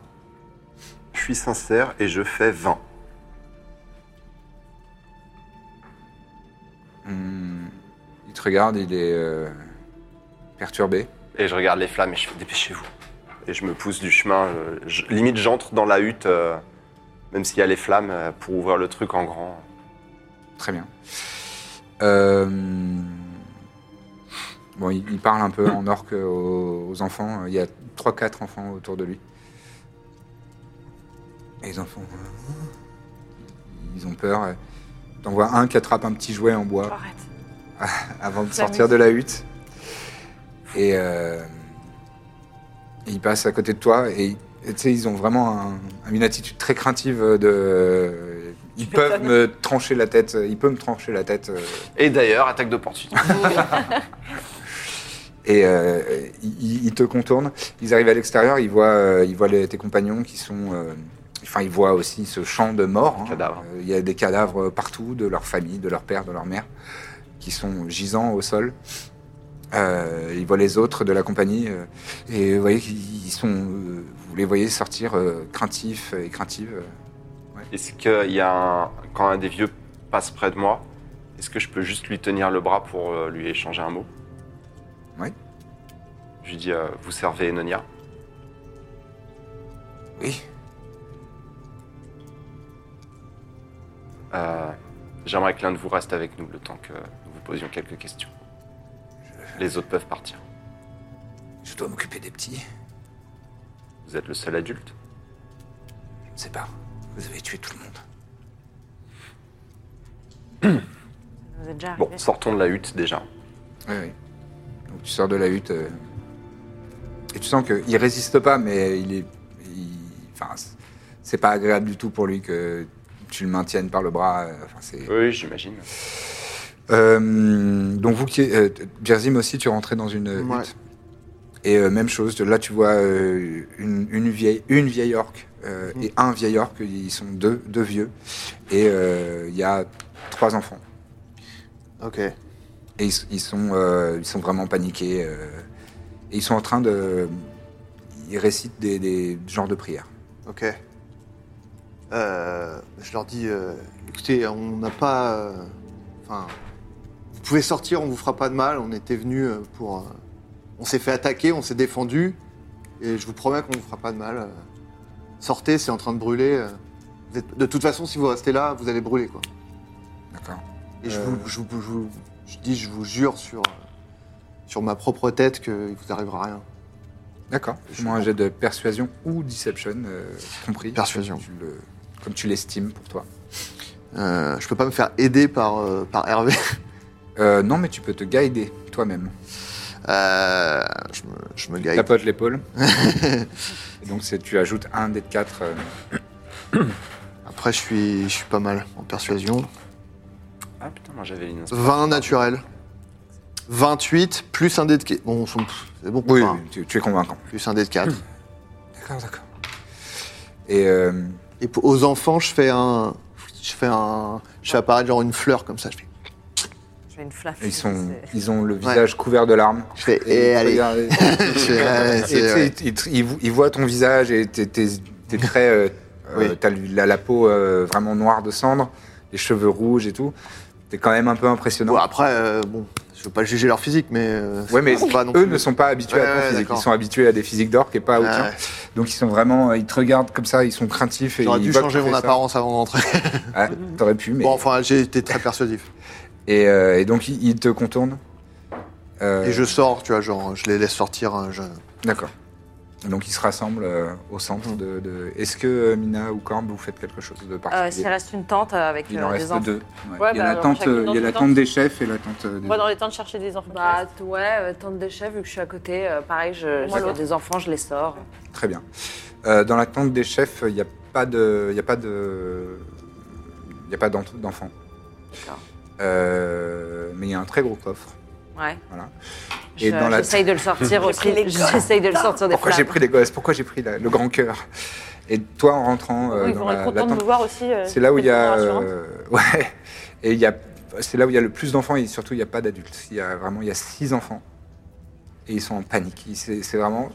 Je suis sincère et je fais 20. Hmm, Il te regarde, il est euh, perturbé. Et je regarde les flammes et je fais Dépêchez-vous. Et je me pousse du chemin. euh, je- limite, j'entre dans la hutte, euh, même s'il y a les flammes, euh, pour ouvrir le truc en grand. Très bien. Euh, Bon, il, il parle un peu en orque aux, aux enfants. Il y a 3-4 enfants autour de lui. Et les enfants. euh, ils ont peur. euh. T'en vois un qui attrape un petit jouet en bois Arrête. avant de La sortir de la hutte. Et euh, ils passent à côté de toi et et tu sais, ils ont vraiment un- une attitude très craintive de. Ils peuvent me trancher la tête. Ils peuvent me trancher la tête. euh, Et d'ailleurs, attaque d'opportunité. Et euh, ils, ils te contournent. Ils arrivent à l'extérieur, ils voient, euh, ils voient les- tes compagnons qui sont. euh, Enfin, ils voient aussi ce champ de morts. hein. Cadavres. Euh, Il y a des cadavres partout, de leur famille, de leur père, de leur mère, qui sont gisants au sol. Euh, ils voient les autres de la compagnie. euh, et vous voyez qu'ils ils sont. euh, vous les voyez sortir euh, craintifs et craintives. euh. Est-ce qu'il y a un... Quand un des vieux passe près de moi, est-ce que je peux juste lui tenir le bras pour euh, lui échanger un mot Ouais. Je lui dis, euh, vous servez Enonia Oui. Euh, J'aimerais que l'un de vous reste avec nous le temps que nous vous posions quelques questions. Les autres peuvent partir. Je dois m'occuper des petits. Vous êtes le seul adulte. Je ne sais pas. Vous avez tué tout le monde. Vous êtes déjà Bon, arrivé. sortons de la hutte déjà. Oui, oui. Donc tu sors de la hutte euh, et tu sens qu'il résiste pas, mais il est. il- Enfin, c- c'est pas agréable du tout pour lui que tu le maintiennes par le bras. euh, Enfin, c'est. Oui, j'imagine. Euh, donc vous qui, euh, Jerzym aussi, tu rentrais dans une euh, Ouais. hutte. Et euh, même chose, là tu vois euh, une, une vieille, une vieille orque euh, et un vieil orque, ils sont deux, deux vieux, et euh, il y a trois enfants. Ok. Et ils, ils sont, euh, ils sont vraiment paniqués. euh, et ils sont en train de. Ils récitent des, des genres de prières. Ok. Euh, je leur dis, euh, écoutez, on n'a pas. euh, Enfin, vous pouvez sortir, on vous fera pas de mal. On était venu pour. euh, on s'est fait attaquer, on s'est défendu, et je vous promets qu'on vous fera pas de mal. euh. Sortez, c'est en train de brûler. euh. Vous êtes- de toute façon, si vous restez là, vous allez brûler, quoi. D'accord Et je, Euh. vous, je, vous- je vous- je dis, je vous jure sur, euh, sur ma propre tête qu'il vous arrivera rien. D'accord. Moi, un jet de persuasion ou deception, euh, compris. Persuasion. Comme tu le- Comme tu l'estimes pour toi. Euh, je peux pas me faire aider par, euh, par Hervé. Euh, non, mais tu peux te guider toi-même. Euh, je, me, je me guide. Tapote l'épaule. Et donc, c'est- tu ajoutes un des quatre. euh, Après, je suis, je suis pas mal en persuasion. Ah putain, moi j'avais une. 20 naturel. 28 plus un dé de 4. Bon, on s'en- pff, c'est bon. Oui, Enfin, oui, Hmm. tu, tu es convaincant. Plus un dé de 4. D'accord, d'accord. Et euh, Et pour- aux enfants, je fais un. Je fais un. Je fais apparaître genre une fleur comme ça. Je fais. Je fais une flamme. ils, sont, ils ont le visage couvert de larmes. Je fais. eh, allez. Regardez. Je fais, allez, Et c'est- ouais. tu sais, il, il- il vo- il voit ton visage et tes, tes- tes traits. euh, Oui. euh, T'as la, la peau euh, vraiment noire de cendre, les cheveux rouges et tout. T'es quand même un peu impressionnant. Bon, après, euh, bon, je veux pas juger leur physique, mais. euh, Ouais, mais c'est pas non eux plus- ne sont pas habitués Ouais, à ton ouais, physique. Ils d'accord. sont habitués à des physiques d'orques et pas au Ouais, tien. ouais. Donc ils sont vraiment, euh, ils te regardent comme ça, ils sont craintifs. et J'aurais ils dû voient changer que tu mon fais ça. apparence avant d'entrer. Ouais, T'aurais pu, mais Bon, enfin, j'ai été très persuasif. et, euh, et donc ils, ils te contournent. Euh, Et je sors, tu vois, genre, je les laisse sortir. hein, Je... D'accord. Donc ils se rassemblent euh, au centre de. de- Est-ce que euh, Mina ou Corbe vous faites quelque chose de Euh, particulier S'il reste une tente euh, avec Il euh, en des reste enfants. deux. Ouais. Ouais, il y bah, a la alors, tente, chacune euh, dans il y a une la tente. tente des chefs et la tente euh, des. Moi, dans les temps de chercher des enfants. Bah t- ouais, euh, tente des chefs, vu que je suis à côté, euh, pareil, je, Moi, j'ai l'autre. des enfants, je les sors. Très bien. Euh, dans la tente des chefs, il n'y a pas de, il y a pas de, il y a pas d'ent- d'enfants. D'accord. Euh, mais il y a un très gros coffre. Ouais. Voilà. Je- Et dans la- J'essaye de le sortir aussi. J'essaye de le sortir des Pourquoi j'ai flammes. pris les gosses Pourquoi j'ai pris la- le grand cœur Et toi, en rentrant euh, Oui, ils dans vont être la, la contents de tente, me voir aussi. euh, c'est là où il y a, c'est rassurant. euh, ouais, et il y a, c'est là où il y a le plus d'enfants et surtout il n'y a pas d'adultes. Il y a vraiment, il y a six enfants et ils sont en panique. Ils- C'est c'est vraiment,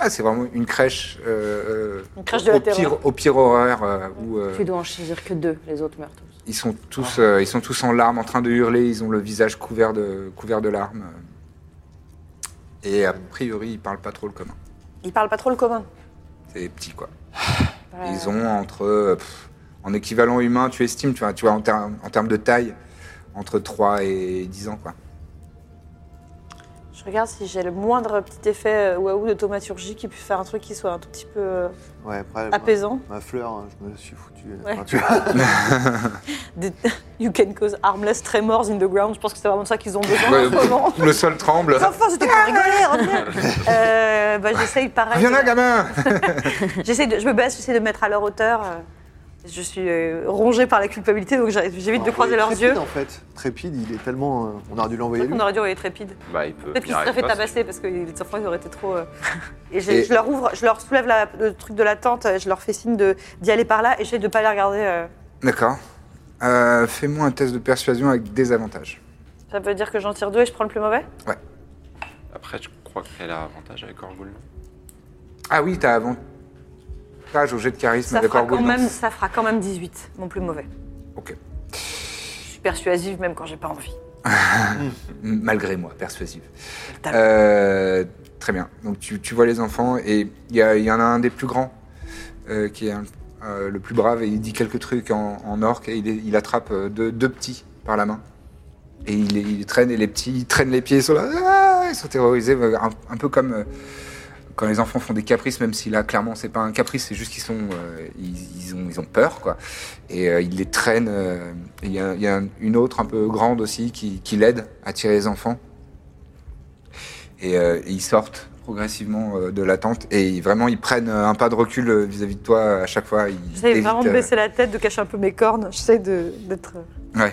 ah, c'est vraiment une crèche, euh, euh, Une crèche de la au pire, terreur. au pire horreur euh, où. euh, Tu dois en choisir que deux, les autres meurent tous. Ils sont tous, euh, ils sont tous en larmes, en train de hurler. Ils ont le visage couvert de, couvert de larmes. Et a priori, ils parlent pas trop le commun. Ils parlent pas trop le commun. C'est petit, quoi. Ils ont entre, euh, pff, en équivalent humain, tu estimes, tu vois, tu vois en, ter- en termes de taille, entre 3 et 10 ans, quoi. Je Je regarde si j'ai le moindre petit effet euh, waouh de thaumaturgie qui puisse faire un truc qui soit un tout petit peu euh, Ouais, après, ma- apaisant. Ma, fleur, hein, je me suis foutu. Ouais. Enfin, tu vois, Des- you can cause harmless tremors in the ground. Je pense que c'est vraiment de ça qu'ils ont besoin en bah, ce moment. le sol tremble. Les enfants, c'était pour rigoler, revenez. Euh, bah, J'essaye pareil. Viens là, gamin J'essaie de- je me baisse, j'essaie de me mettre à leur hauteur. euh, Je suis euh, rongée par la culpabilité, donc j'arrête- j'évite de Oh, Alors, croiser leurs Trépide, yeux. En fait, Trépide, il est tellement. euh, on aurait dû C'est l'envoyer vrai lui. qu'on aurait dû envoyer Trépide. Bah, il peut. Peut-être qu'ils se il seraient arrive fait pas, tabasser parce que les enfants, ils auraient été trop. euh, Et, j'ai- Et- je leur ouvre, je leur soulève la- le truc de la tente, euh, je leur fais signe de- d'y aller par là et j'essaie de pas les regarder. euh. D'accord. Euh, Fais-moi un test de persuasion avec des avantages. Ça veut dire que j'en tire deux et je prends le plus mauvais c'est- Après, je crois qu'elle a avantage avec Orgul. Ah oui, t'as avantage au jet de charisme ça avec fera, quand Orgul. non même, ça fera quand même 18, mon plus mauvais. Ok. Je suis persuasive même quand j'ai pas envie. Malgré moi, persuasive. talent. Euh, très bien. Donc tu, tu vois les enfants et il y, a- il y en a un des plus grands euh, qui est un- euh, le plus brave et il dit quelques trucs en, en orque et il, est- il attrape euh, deux, deux petits par la main. Et il, les- il les traîne et les petits ils traînent les pieds, ils sont là, ah, ils sont terrorisés, un, un peu comme euh, quand les enfants font des caprices, même si là clairement c'est pas un caprice, c'est juste qu'ils sont, euh, ils, ils ont, ils ont peur quoi. Et euh, il les traîne. euh, et Il y a, il y a un- une autre un peu grande aussi qui, qui l'aide à tirer les enfants. Et euh, et ils sortent progressivement euh, de la tente et ils- vraiment ils prennent euh, un pas de recul euh, vis-à-vis de toi à chaque fois. Ils J'essaie évitent, vraiment de euh, baisser la tête, de cacher un peu mes cornes. J'essaie de- d'être. euh, Ouais.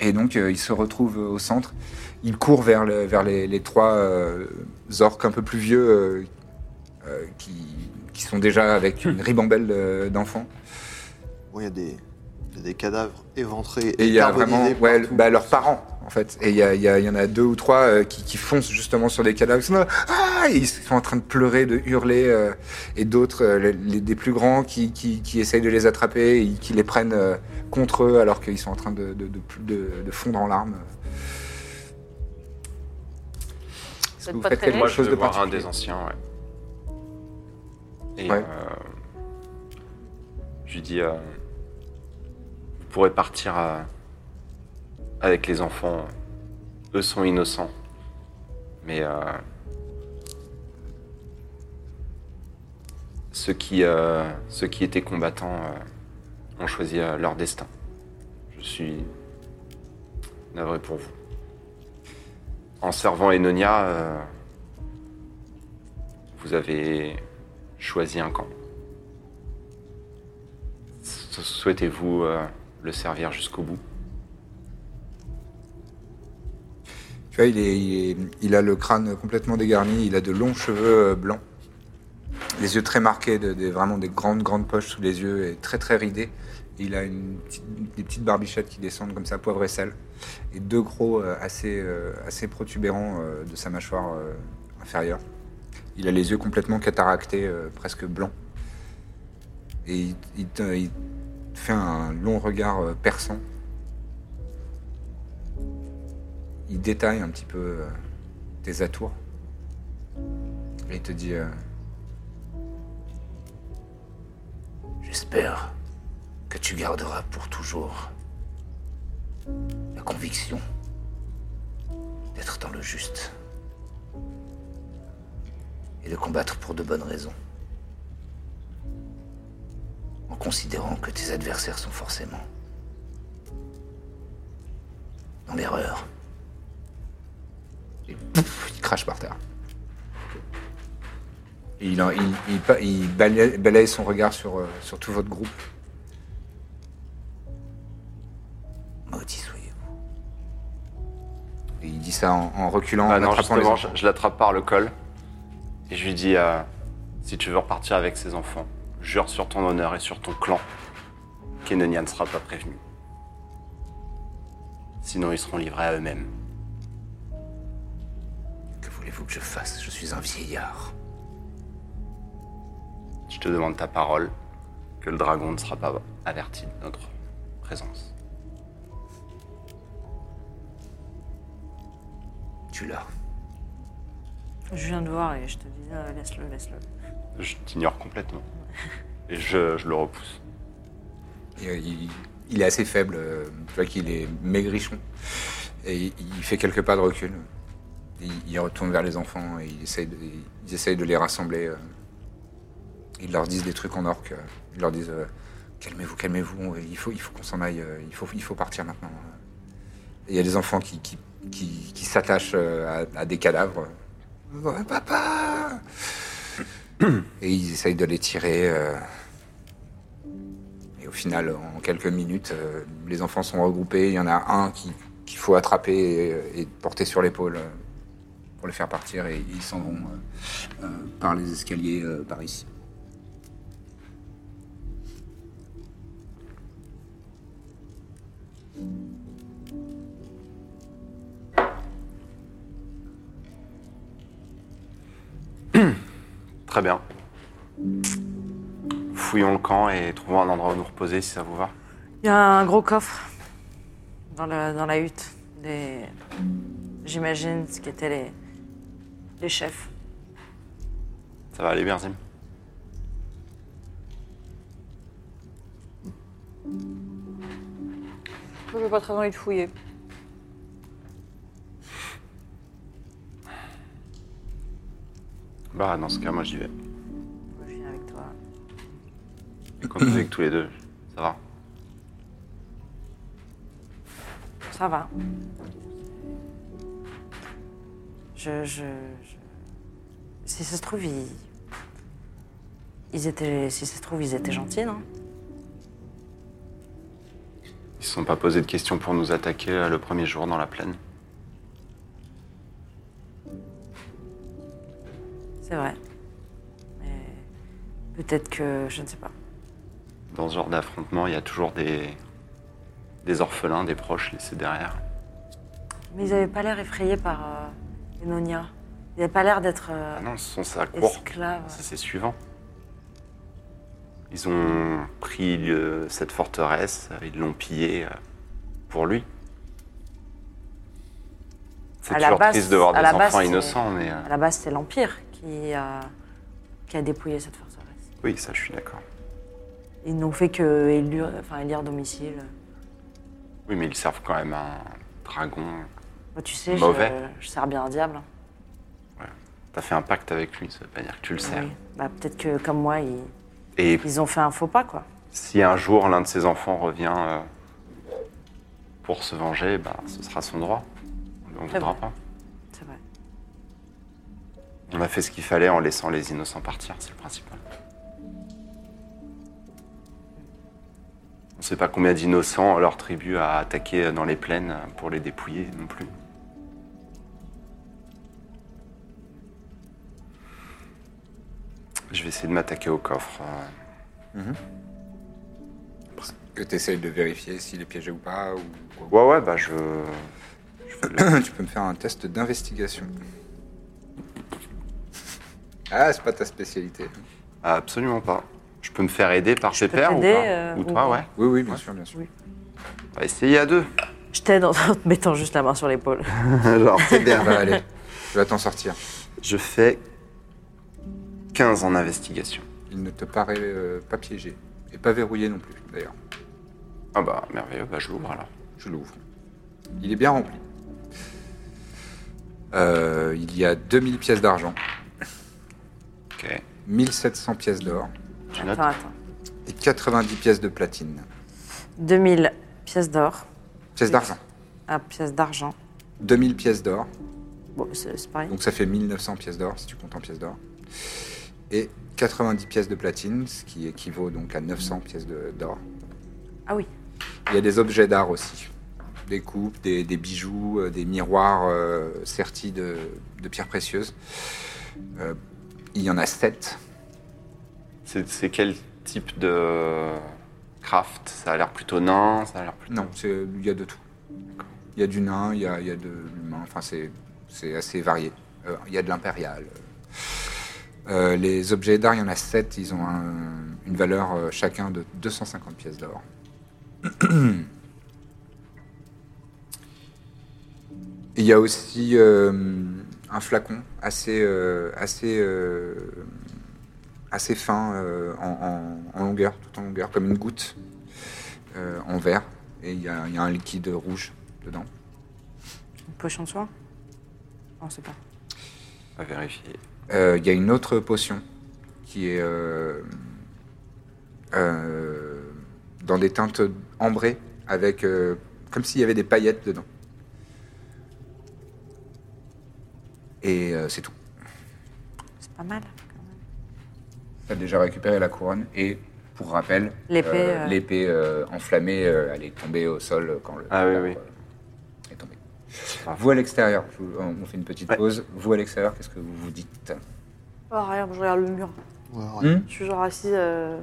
Et donc, euh, il se retrouve euh, au centre. Il court vers, le- vers les, les trois euh, orques un peu plus vieux euh, euh, qui, qui sont déjà avec une ribambelle euh, d'enfants. Bon, il y a des. il y a des cadavres éventrés Et il y a vraiment carbonisés ouais, partout. bah, leurs parents, en fait. Et il y, a- il y a- il y en a deux ou trois euh, qui, qui foncent justement sur des cadavres. Ils sont, là, Ah Et ils sont en train de pleurer, de hurler. euh, et d'autres, euh, les- les- des plus grands, qui, qui, qui essayent de les attraper et qui les prennent euh, contre eux alors qu'ils sont en train de, de, de, de- de fondre en larmes. Est-ce Vous que êtes pas traînés Moi, je veux voir un des anciens, ouais. Et Ouais. euh, je lui dis, euh, vous pourrez partir euh, avec les enfants. Eux sont innocents. Mais euh, ceux, qui, euh, ceux qui étaient combattants euh, ont choisi euh, leur destin. Je suis navré pour vous. En servant Enonia, euh, vous avez choisi un camp. S- Souhaitez-vous euh, le servir jusqu'au bout Tu vois, il, est, il, est- il a le crâne complètement dégarni, il a de longs cheveux euh, blancs, les yeux très marqués, de, des- vraiment des grandes, grandes poches sous les yeux et très, très ridés. Il a une petite- des petites barbichettes qui descendent comme ça, poivre et sel, et deux gros euh, assez, euh, assez protubérants euh, de sa mâchoire euh, inférieure. Il a les yeux complètement cataractés, euh, presque blancs. Et il, il te- il te fait un long regard euh, perçant il détaille un petit peu euh, tes atours. Et il te dit euh, J'espère que tu garderas pour toujours la conviction d'être dans le juste et de combattre pour de bonnes raisons, en considérant que tes adversaires sont forcément dans l'erreur. Et pouf, il crache par terre. Et il, en- il- il pa- il balaye, balaye son regard sur, euh, sur tout votre groupe. Maudit soyez-vous. Et il dit ça en, en reculant, Ah en Non, attrapant les justement, je, enfants. je l'attrape par le col et je lui dis euh, si tu veux repartir avec ces enfants, jure sur ton honneur et sur ton clan qu'Enonia ne sera pas prévenue. Sinon, ils seront livrés à eux-mêmes. Que voulez-vous que je fasse Je suis un vieillard. Je te demande ta parole que le dragon ne sera pas averti de notre présence. Tu l'as. Je viens de voir et je te dis, euh, laisse-le, laisse-le. Je t'ignore complètement. Et je, je le repousse. Et, euh, il, il est assez faible. euh, Tu vois qu'il est maigrichon. Et il, il fait quelques pas de recul. Il, il retourne vers les enfants et il essaye de, il- ils essayent de les rassembler. euh. Ils leur disent des trucs en orque. euh. Ils leur disent euh, calmez-vous, calmez-vous. Il faut, il faut qu'on s'en aille. euh, Il faut, il faut partir maintenant. euh. Et il y a des enfants qui, qui, qui- qui s'attachent euh, à, à des cadavres. Ouais, papa Et ils essayent de les tirer. euh. Et au final, en quelques minutes, euh, les enfants sont regroupés. Il y en a un qui- qu'il faut attraper et, et porter sur l'épaule euh, pour le faire partir. Et ils s'en vont euh, euh, par les escaliers euh, par ici. Très bien. Fouillons le camp et trouvons un endroit où nous reposer si ça vous va. Il y a un gros coffre dans, la- dans la hutte. Des... J'imagine ce qu'étaient les... les chefs. Ça va aller bien, Zim Moi, j'ai pas très envie de fouiller. Bah, dans ce cas, moi j'y vais. Je viens avec toi. Comme vous êtes tous les deux, ça va. Ça va. Je, je, je- Si ça se trouve, ils... Ils étaient... Si ça se trouve, ils étaient gentils, non Ils se sont pas posé de questions pour nous attaquer euh, le premier jour dans la plaine. C'est vrai. Mais peut-être que... Je ne sais pas. Dans ce genre d'affrontement, il y a toujours des... des orphelins, des proches laissés derrière. Mais ils n'avaient pas l'air effrayés par euh, les Nonia. Ils n'avaient pas l'air d'être euh, Ah non, ce sont ça court. esclaves. Ça, c'est suivant. Ils ont pris euh, cette forteresse, euh, ils l'ont pillée euh, pour lui. C'est À la toujours base- triste de voir à des la base, enfants c'est- innocents, mais euh, À la base, c'est l'Empire qui a, qui a dépouillé cette forteresse. oui, ça, je suis d'accord. Ils n'ont fait que élire, enfin, élire domicile. Oui, mais ils servent quand même à un dragon. Moi, tu sais, je, Mauvais. je sers bien un diable. T'as fait un pacte avec lui, ça veut pas dire que tu le sers. Oui. Bah, Peut-être que, comme moi, ils, Et ils ont fait un faux pas, quoi. si un jour l'un de ses enfants revient euh, pour se venger, bah, ce sera son droit. On ne C'est voudra vrai. pas. C'est vrai. On a fait ce qu'il fallait en laissant les innocents partir, c'est le principal. On ne sait pas combien d'innocents leur tribu a attaqué dans les plaines pour les dépouiller non plus. Je vais essayer de m'attaquer au coffre. euh, Que tu essayes de vérifier s'il est piégé ou pas. Ou... Ouais, ouais, bah je. je vais le- tu peux me faire un test d'investigation. Ah, c'est pas ta spécialité. Ah, absolument pas. Je peux me faire aider par tes peux pairs ou t'aider, pas euh, Ou ou- toi, ouais. Oui, oui, bien sûr, bien sûr. On va essayer à deux. Je t'aide en te mettant juste la main sur l'épaule. Genre, t'es Ça va aller. Tu vas t'en sortir. Je fais 15 en investigation. Il ne te paraît euh, pas piégé. Et pas verrouillé non plus, d'ailleurs. Ah bah merveilleux, bah je l'ouvre alors. Je l'ouvre. Il est bien rempli. Euh, il y a 2000 pièces d'argent, Ok. 1700 pièces d'or Tu notes Attends, attends. et 90 pièces de platine. 2000 pièces d'or. Pièces d'argent. Ah, pièces d'argent. 2000 pièces d'or. Bon, c'est c'est pareil. Donc ça fait 1900 pièces d'or, si tu comptes en pièces d'or. Et 90 pièces de platine, ce qui équivaut donc à 900 pièces de- d'or. Ah oui. Il y a des objets d'art aussi. Des coupes, des, des bijoux, euh, des miroirs euh, sertis de, de pierres précieuses. Euh, il y en a 7. C'est c'est quel type de craft Ça a l'air plutôt nain, ça a l'air plutôt. Non, c'est- il y a de tout. Il y a du nain, il y a, il y a de l'humain, enfin c'est c'est assez varié. Euh, il y a de l'impérial. Euh, les objets d'art, il y en a 7, ils ont un- une valeur euh, chacun de 250 pièces d'or. Il y a aussi euh, un flacon assez, euh, assez, euh, assez fin euh, en, en- en longueur, tout en longueur, comme une goutte euh, en verre. Et il y, a il y a un liquide rouge dedans. Une potion de soin On sait pas. À vérifier. Euh, Il y a une autre potion qui est euh, euh, dans des teintes ambrées, avec euh, comme s'il y avait des paillettes dedans. Et euh, c'est tout. C'est pas mal. quand même. Tu as déjà récupéré la couronne et, pour rappel, L'épée, euh, euh, l'épée, euh, enflammée, euh, elle est tombée au sol quand le Ah oui, l'arbre, oui. euh, est tombé. Vous à l'extérieur, je vous- on fait une petite Ouais. pause. Vous à l'extérieur, qu'est-ce que vous vous dites Oh, rien, je regarde le mur. Ouais, ouais. Hmm Je suis genre assise. euh,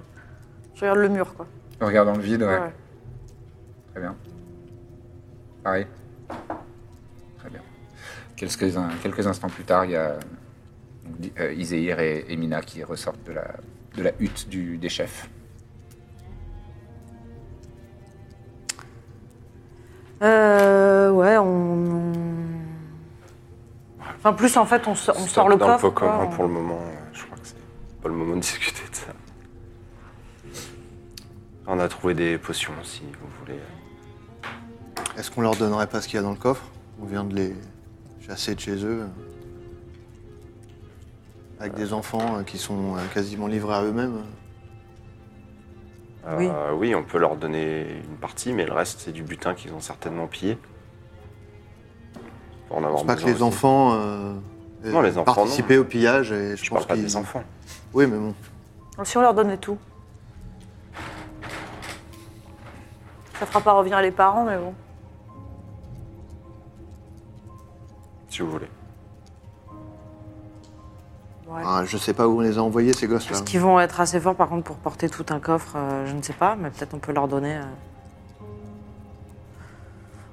Je regarde le mur, quoi. En regardant le vide, ouais. Ouais. Très bien. Pareil. Très bien. Quelques, in- quelques instants plus tard, il y a donc, Di- euh, Izehir et, et Mina qui ressortent de la, de la hutte du, des chefs. Euh, ouais, on. on- Enfin, plus en fait, on, so- on C'est sort le dans coffre. pot quoi, commun on- pour le moment. euh, Je crois que c'est pas le moment de discuter de ça. On a trouvé des potions si vous voulez. Est-ce qu'on leur donnerait pas ce qu'il y a dans le coffre On vient de les chasser de chez eux. euh, Avec des enfants euh, qui sont euh, quasiment livrés à eux-mêmes. Euh, Oui. oui, on peut leur donner une partie, mais le reste, c'est du butin qu'ils ont certainement pillé. Pour en Je avoir pense pas que besoin les aussi. enfants euh, Non, les enfants, participaient non. au pillage et je, Je pense parle pas qu'ils. des enfants. Oui, mais bon. Si on leur donnait tout. Ça fera pas revenir les parents, mais bon. Si vous voulez. Ouais. Ah, je sais pas où on les a envoyés ces gosses-là. Ah Est-ce qu'ils vont être assez forts par contre pour porter tout un coffre euh, Je ne sais pas, mais peut-être on peut leur donner. euh,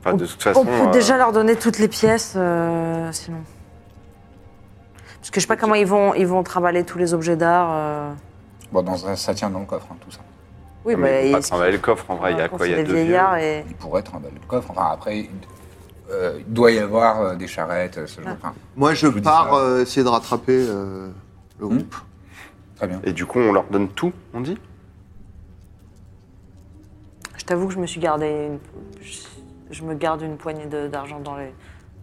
Enfin, de toute façon. On peut euh, déjà leur donner toutes les pièces, euh, sinon. Parce que je sais pas comment ils vont, ils vont travailler tous les objets d'art. euh. Bon, dans un- ça tient dans le coffre, hein, tout ça. Oui, non, Ah, mais ils vont bah, pas travailler le coffre en vrai. Il y a Ah, quand quoi Il y c'est a des deux vieux. vieillards et Il pourrait être un bel coffre. Enfin, après, euh, il doit y avoir euh, des charrettes, euh, ce genre. Enfin, Moi, je vous dis pars ça. Hmm euh, essayer de rattraper euh, le groupe. très bien. Et du coup, on leur donne tout, on dit je t'avoue que je me suis gardé. Une... Je, je me garde une poignée de- d'argent dans les,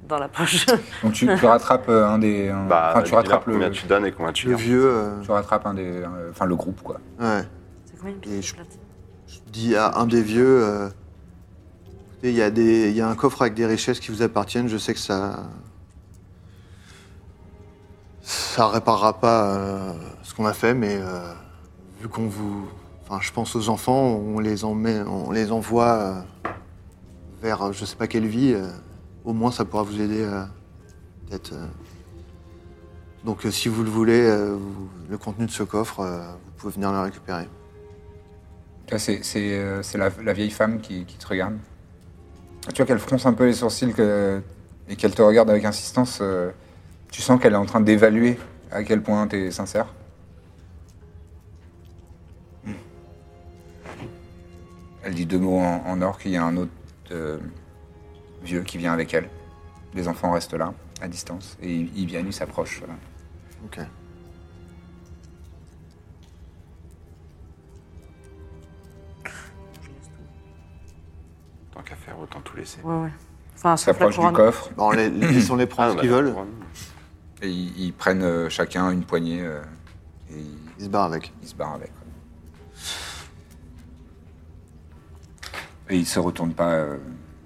dans la poche. Donc tu, tu rattrapes euh, un des. un- Bah, enfin, tu dis-leur rattrapes combien le. tu donnes et combien tu Le gardes. vieux, euh, Tu rattrapes un des. euh, Enfin, le groupe, quoi. ouais. c'est combien une Et pièce je- de platine Je dis à un des vieux, euh, écoutez, il y, a des- il y a un coffre avec des richesses qui vous appartiennent, je sais que ça... Ça réparera pas euh, ce qu'on a fait, mais euh, vu qu'on vous... Enfin, je pense aux enfants, on les, emmène, on les envoie euh, vers euh, je sais pas quelle vie, euh, au moins ça pourra vous aider euh, peut-être... euh. Donc euh, si vous le voulez, euh, vous- le contenu de ce coffre, euh, vous pouvez venir le récupérer. Tu vois, c'est c'est, euh, c'est la, la vieille femme qui, qui te regarde. Tu vois qu'elle fronce un peu les sourcils que- et qu'elle te regarde avec insistance. euh, tu sens qu'elle est en train d'évaluer à quel point tu es sincère. Hmm. Elle dit deux mots en, en orc. Il y a un autre euh, vieux qui vient avec elle. Les enfants restent là, à distance. Et ils, ils viennent, ils s'approchent. euh, Ok. Tant qu'à faire, autant tout laisser. Ouais, ouais. Enfin, sauf la s'approchent du couronne. coffre. Bon, les, les, laissons-les Ah, prendre bah, ce qu'ils veulent. Et ils, ils prennent euh, chacun une poignée euh, et ils- Ils se barrent avec. Il se barre avec. quoi. Et il se retourne pas. euh,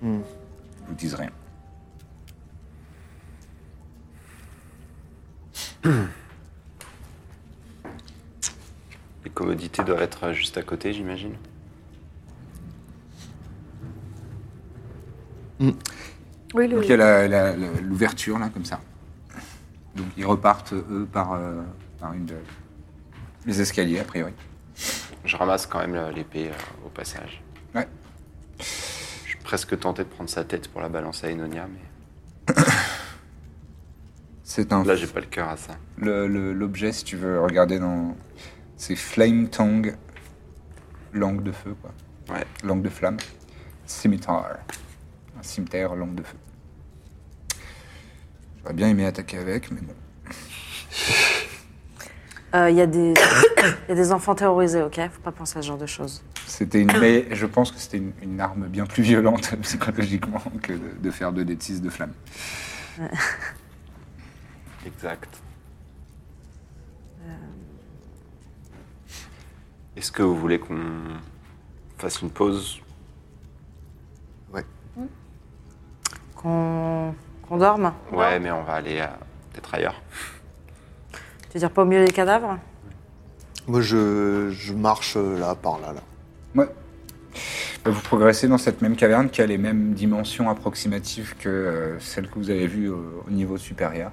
Hmm. Ils vous disent rien. Les commodités doivent être euh, juste à côté, j'imagine. Oui, Donc il y a la- la- la- l'ouverture là, comme ça. Donc ils repartent eux par, euh, par une de- les escaliers a priori. Je ramasse quand même euh, l'épée euh, au passage. Ouais. Je suis presque tenté de prendre sa tête pour la balancer à Enonia, mais C'est un là, j'ai pas le cœur à ça. le- le- l'objet si tu veux regarder dans c'est flame tongue langue de feu quoi. Ouais. Langue de flamme. Scimitar. Un cimetière langue de feu. J'aurais bien aimé attaquer avec mais bon. Euh, Il y, a des- il y a des enfants terrorisés, ok Faut pas penser à ce genre de choses. C'était une, mais je pense que c'était une, une arme bien plus violente psychologiquement que de, de faire 2 d de 6 de flamme. Exact. Euh. Est-ce que vous voulez qu'on fasse une pause Qu'on qu'on dorme Ouais, mais on va aller euh, peut-être ailleurs. Tu veux dire pas au milieu des cadavres Moi, je, je marche euh, là, par là, là. Ouais. Et Vous progressez dans cette même caverne qui a les mêmes dimensions approximatives que euh, celle que vous avez vue au, au niveau supérieur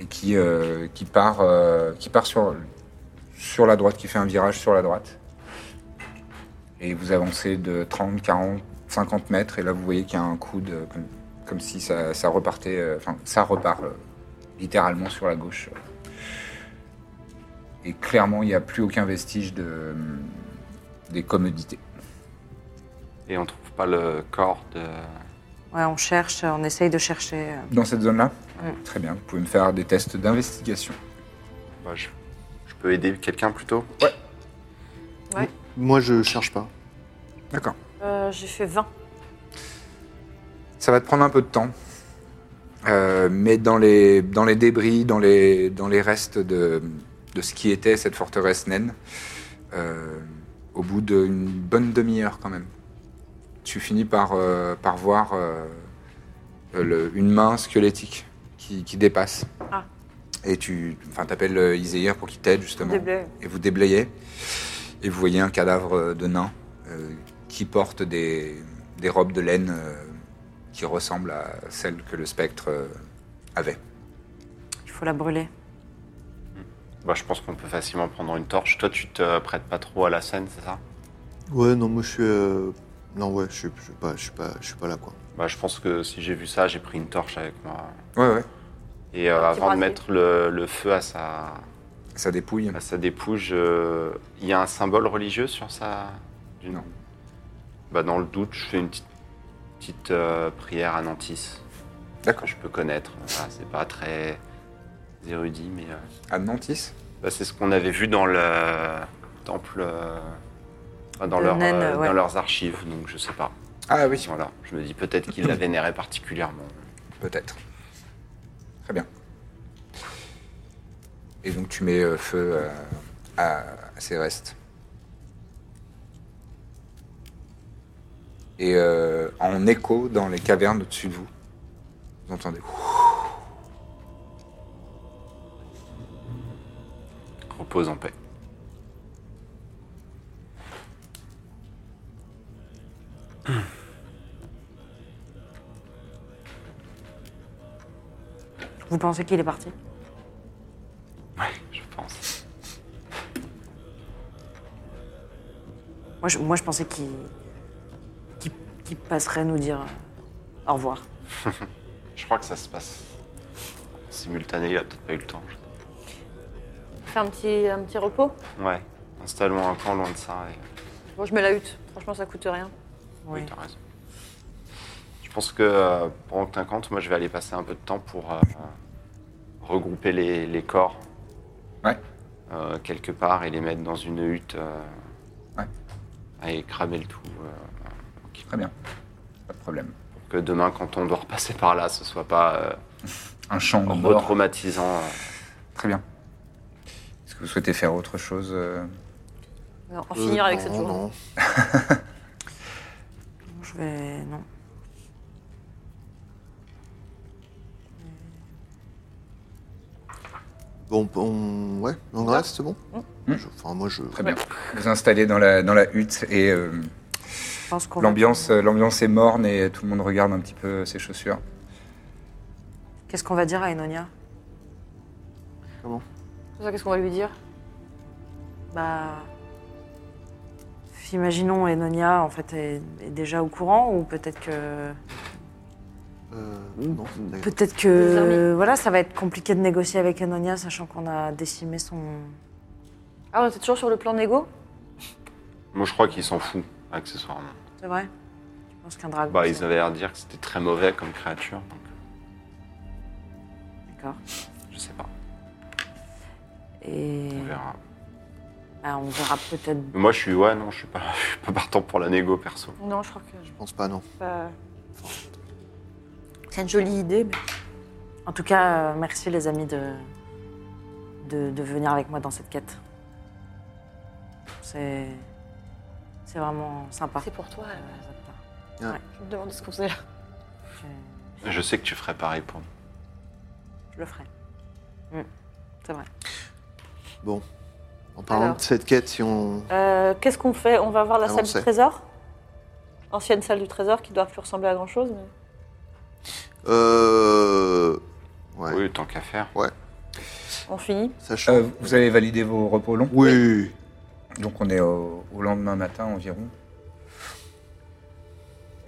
et qui, euh, qui part, euh, qui part sur, sur la droite, qui fait un virage sur la droite. Et vous avancez de 30, 40, 50 mètres et là vous voyez qu'il y a un coude euh, comme, comme si ça, ça repartait, euh, enfin ça repart euh, littéralement sur la gauche. Et clairement il n'y a plus aucun vestige de, des commodités. Et on trouve pas le corps de. Ouais, on cherche, on essaye de chercher. euh, Dans cette zone-là Très bien, vous pouvez me faire des tests d'investigation. Bah, je... je peux aider quelqu'un plutôt Moi, je cherche pas. D'accord. Euh, J'ai fait 20. Ça va te prendre un peu de temps, Euh, mais dans les, dans les débris, dans les, dans les restes de, de ce qui était cette forteresse naine, euh, au bout d'une bonne demi-heure quand même, tu finis par, euh, par voir euh, le- une main squelettique qui, qui dépasse. Ah. Et tu enfin, appelles Iséir pour qu'il t'aide justement. Déblaye. Et vous déblayez. Et vous voyez un cadavre euh, de nain euh, qui porte des, des robes de laine euh, qui ressemblent à celles que le spectre euh, avait. Il faut la brûler. Bah, je pense qu'on peut facilement prendre une torche. Toi, tu te prêtes pas trop à la scène, c'est ça Ouais, non, moi, je suis. euh, Non, ouais, je suis, je suis pas, je suis, pas, je suis pas là, quoi. Bah, je pense que si j'ai vu ça, j'ai pris une torche avec moi. Ouais, ouais. Et euh, avant brasier. de mettre le, le feu à sa, Ça dépouille. à sa dépouille, euh, il y a un symbole religieux sur sa. du- Non. Bah, dans le doute, je fais une petite, petite, euh, prière à Nantis. D'accord. Que je peux connaître. Voilà, c'est pas très érudit, mais. euh, À Nantis Bah, c'est ce qu'on avait vu dans le temple, euh, enfin, dans, Le leur, naine, euh, ouais. dans leurs archives, donc je sais pas. Ah oui, Voilà, je me dis peut-être qu'il la vénérait particulièrement. peut-être. Très bien. Et donc tu mets euh, feu euh, à, à ces restes. Et euh, en écho dans les cavernes au-dessus de vous, vous entendez. Repose en paix. Vous pensez qu'il est parti Ouais, je pense. moi je, moi, je pensais qu'il qu'il- qu'il passerait nous dire euh, au revoir. Je crois que ça se passe simultané, il a peut-être pas eu le temps. Fais un petit, un petit repos. Ouais, installons un camp loin de ça. et- Bon, je mets la hutte. Franchement, ça coûte rien. Oui, Ouais. t'as raison. Je pense que euh, pendant que t'incantes, moi je vais aller passer un peu de temps pour euh, regrouper les, les corps Ouais. euh, quelque part et les mettre dans une hutte euh, Ouais. et cramer le tout. euh, Très bien. Pas de problème. pour que demain, quand on doit repasser par là, ce soit pas euh, Un champ de mort. retraumatisant. euh. Très bien. Est-ce que vous souhaitez faire autre chose euh Non, en finir avec Euh, cette non, journée. non. Je vais. Non. Bon, on... ouais, on reste, c'est bon Mm. Je- Enfin, moi, je. Très bien. Vous installez dans la, dans la hutte et euh, Je pense qu'on. va- l'ambiance euh, l'ambiance est morne et tout le monde regarde un petit peu ses chaussures. Qu'est-ce qu'on va dire à Enonia Ça, Qu'est-ce qu'on va lui dire Bah. Imaginons Enonia en fait est, est déjà au courant ou peut-être que Euh, non, d'ailleurs. peut-être Les que amis. voilà ça va être compliqué de négocier avec Enonia sachant qu'on a décimé son Ah, on était toujours sur le plan négo Moi, je crois qu'il s'en fout, accessoirement. c'est vrai je pense qu'un dragon Bah, c'est- ils avaient l'air de dire que c'était très mauvais comme créature, donc d'accord je sais pas, et on verra. bah, on verra peut-être Mais moi, je suis, ouais, non, je suis pas, je suis pas partant pour la négo perso. Non, je crois que. Je pense pas, non. C'est une jolie idée, mais. En tout cas, euh, merci les amis de, de, de venir avec moi dans cette quête. C'est c'est vraiment sympa. C'est pour toi, euh, à la base. Zappa. Je me demande ce qu'on faisait là. Je, Je sais que tu ferais pareil pour nous. je le ferai. Bon. En parlant Alors. de cette quête, si on. Euh, Qu'est-ce qu'on fait On va voir la Ah, salle Avancez. du trésor Ancienne salle du trésor qui doit plus ressembler à grand chose. Mais... Euh. Ouais. Oui, tant qu'à faire. On finit Sachant. Euh, vous allez valider vos repos longs oui. Donc on est au, au lendemain matin environ.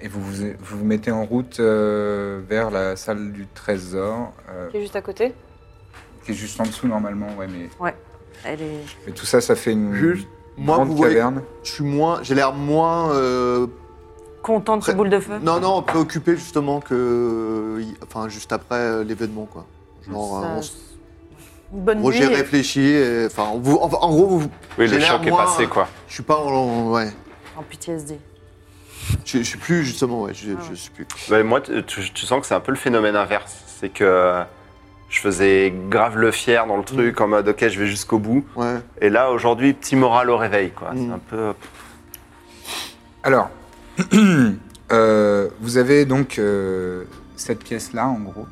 Et vous vous, vous vous mettez en route euh, vers la salle du trésor, euh, Qui est juste à côté qui est juste en dessous normalement, ouais, mais, Elle est... mais tout ça, ça fait une Juste, Moi, grande vous voyez, caverne. je suis moins. J'ai l'air moins. euh, Content de ce Prêt. boule de feu Non, non, préoccupé justement que. Enfin, juste après euh, l'événement, quoi. Genre, Ça- euh, on s- Une bonne Roger nuit. réfléchit. et- Enfin, on vous- en, en gros, vous- Oui, J'ai le l'air choc est moins- passé, quoi. je suis pas en. Ouais. En PTSD. Je, je suis plus justement. Ouais, je, Ah ouais. je suis plus. Ouais, moi, tu, tu- tu sens que c'est un peu le phénomène inverse. C'est que euh, je faisais grave le fier Mm. dans le truc, en mode ok, je vais jusqu'au bout. Ouais. Et là, aujourd'hui, petit moral au réveil, quoi. Mm. C'est un peu. Alors, euh, vous avez donc euh, cette pièce-là, en gros.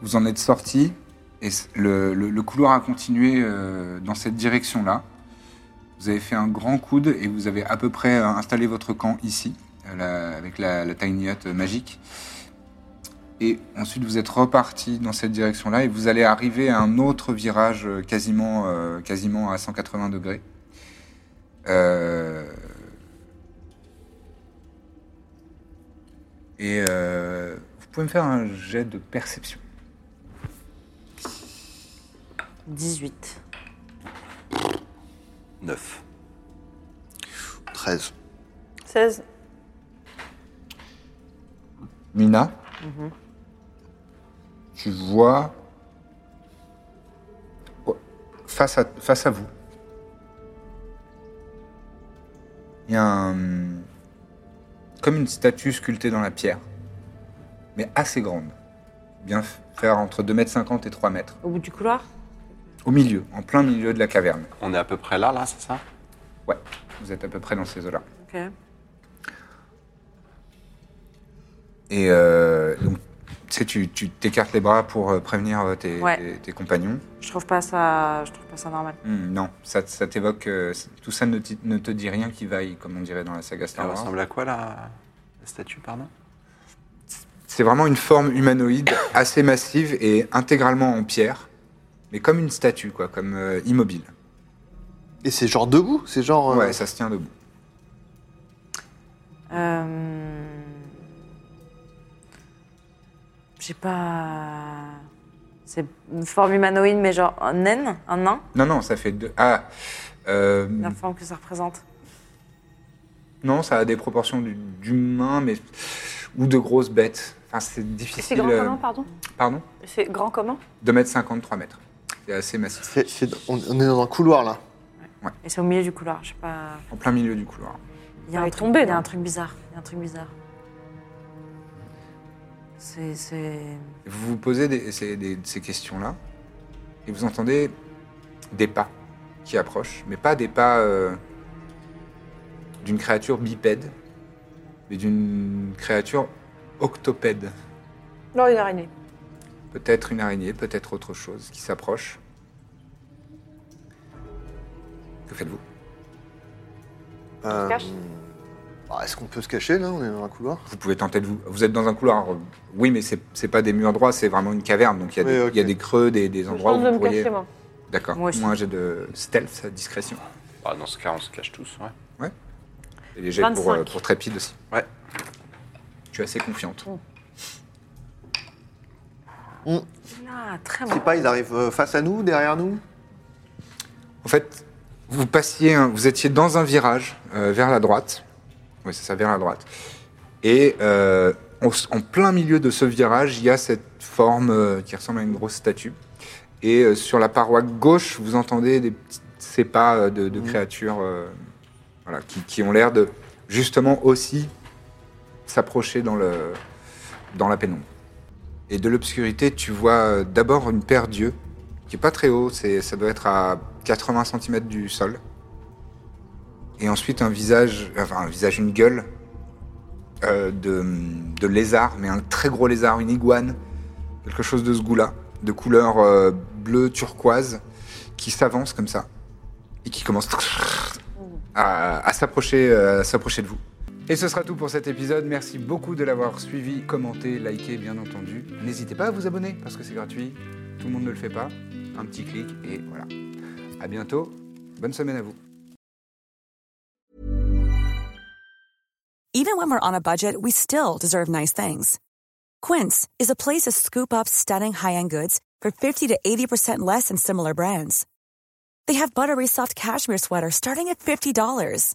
Vous en êtes sorti et c- le, le- le couloir a continué euh, dans cette direction-là. Vous avez fait un grand coude et vous avez à peu près euh, installé votre camp ici, euh, la- avec la, la tiny hut euh, magique. Et ensuite, vous êtes reparti dans cette direction-là et vous allez arriver à un autre virage euh, quasiment, euh, quasiment à 180 degrés. Euh, Et euh, vous pouvez me faire un jet de perception. 18. 9. 13. 16. Mina, tu vois oh, face à, face à vous, il y a un- comme une statue sculptée dans la pierre, mais assez grande. Bien f- faire entre 2m50 et 3 mètres. Au bout du couloir Au milieu, en plein milieu de la caverne. On est à peu près là, là, c'est ça Ouais, vous êtes à peu près dans ces eaux-là. Ok. Et euh, donc, tu sais, tu tu t'écartes les bras pour euh, prévenir euh, tes, Ouais. tes- tes compagnons. Je trouve pas ça, je trouve pas ça normal. Hmm, non, ça, t- ça t'évoque. euh, c- tout ça ne, ti- ne te dit rien qui vaille, comme on dirait dans la Ça saga Ah, Star Wars. ressemble à quoi, la, la statue, pardon C'est vraiment une forme humanoïde assez massive et intégralement en pierre, mais comme une statue, quoi, comme euh, immobile. Et c'est genre debout C'est genre. euh, Ouais, ça se tient debout. Euh... J'ai pas. C'est une forme humanoïde, mais genre un naine, un nain, Non, non, ça fait deux. Ah, euh, la Mm. forme que ça représente. non, ça a des proportions du- d'humain, mais ou de grosses bêtes. Enfin, c'est difficile. C'est grand euh, commun, pardon Pardon. C'est grand commun 2m50, 3 mètres. C'est assez massif. c'est- c'est- on, on est dans un couloir là. Et c'est au milieu du couloir, je sais pas. En plein milieu du couloir. Ah, Il y a Elle un est truc, tombée, il y a non un truc bizarre. Il y a un truc bizarre. C'est, c'est. Vous vous posez des- ces, des- ces questions-là et vous entendez des pas qui approchent, mais pas des pas euh, d'une créature bipède, mais d'une créature octopède. Non, une araignée. Peut-être une araignée, peut-être autre chose qui s'approche. Que faites-vous Euh, cache bah, Est-ce qu'on peut se cacher là On est dans un couloir Vous pouvez tenter de vous. Vous êtes dans un couloir. euh, Oui, mais c'est c'est pas des murs droits, c'est vraiment une caverne. Donc il y, a Oui, des- ok. il y a des creux, des, des Je endroits où tente de vous me pourriez. cacher, moi. D'accord. Moi aussi. Moi, j'ai de stealth, discrétion. Bah, Dans ce cas, on se cache tous, ouais. Et les jets pour, euh, 25. pour Trépide aussi. Ouais. Tu es assez confiante. Ah, très Je bon. sais pas, ils arrivent euh, face à nous, derrière nous En fait, vous passiez, un- vous étiez dans un virage euh, vers la droite. Oui, c'est ça, vers la droite. Et euh, en, s- en plein milieu de ce virage, il y a cette forme euh, qui ressemble à une grosse statue. Et euh, sur la paroi gauche, vous entendez des petits ces pas euh, de, de créatures euh, voilà, qui, qui ont l'air de justement aussi s'approcher dans, le, dans la pénombre. Et de l'obscurité, tu vois euh, d'abord une paire d'yeux, qui est pas très haut, c'est- ça doit être à 80 cm du sol. Et ensuite un visage, enfin un visage, une gueule euh, de, de lézard, mais un très gros lézard, une iguane, quelque chose de ce goût-là, de couleur euh, bleu turquoise, qui s'avance comme ça, et qui commence à, à s'approcher euh, à s'approcher de vous. Et ce sera tout pour cet épisode. Merci beaucoup de l'avoir suivi, commenté, liké, bien entendu. N'hésitez pas à vous abonner parce que c'est gratuit. Tout le monde ne le fait pas. Un petit clic et voilà. À bientôt. Bonne semaine à vous. Even when we're on a budget, we still deserve nice things. Quince is a place to scoop up stunning high-end goods for 50 to 80% less than similar brands. They have buttery soft cashmere sweaters starting at $50,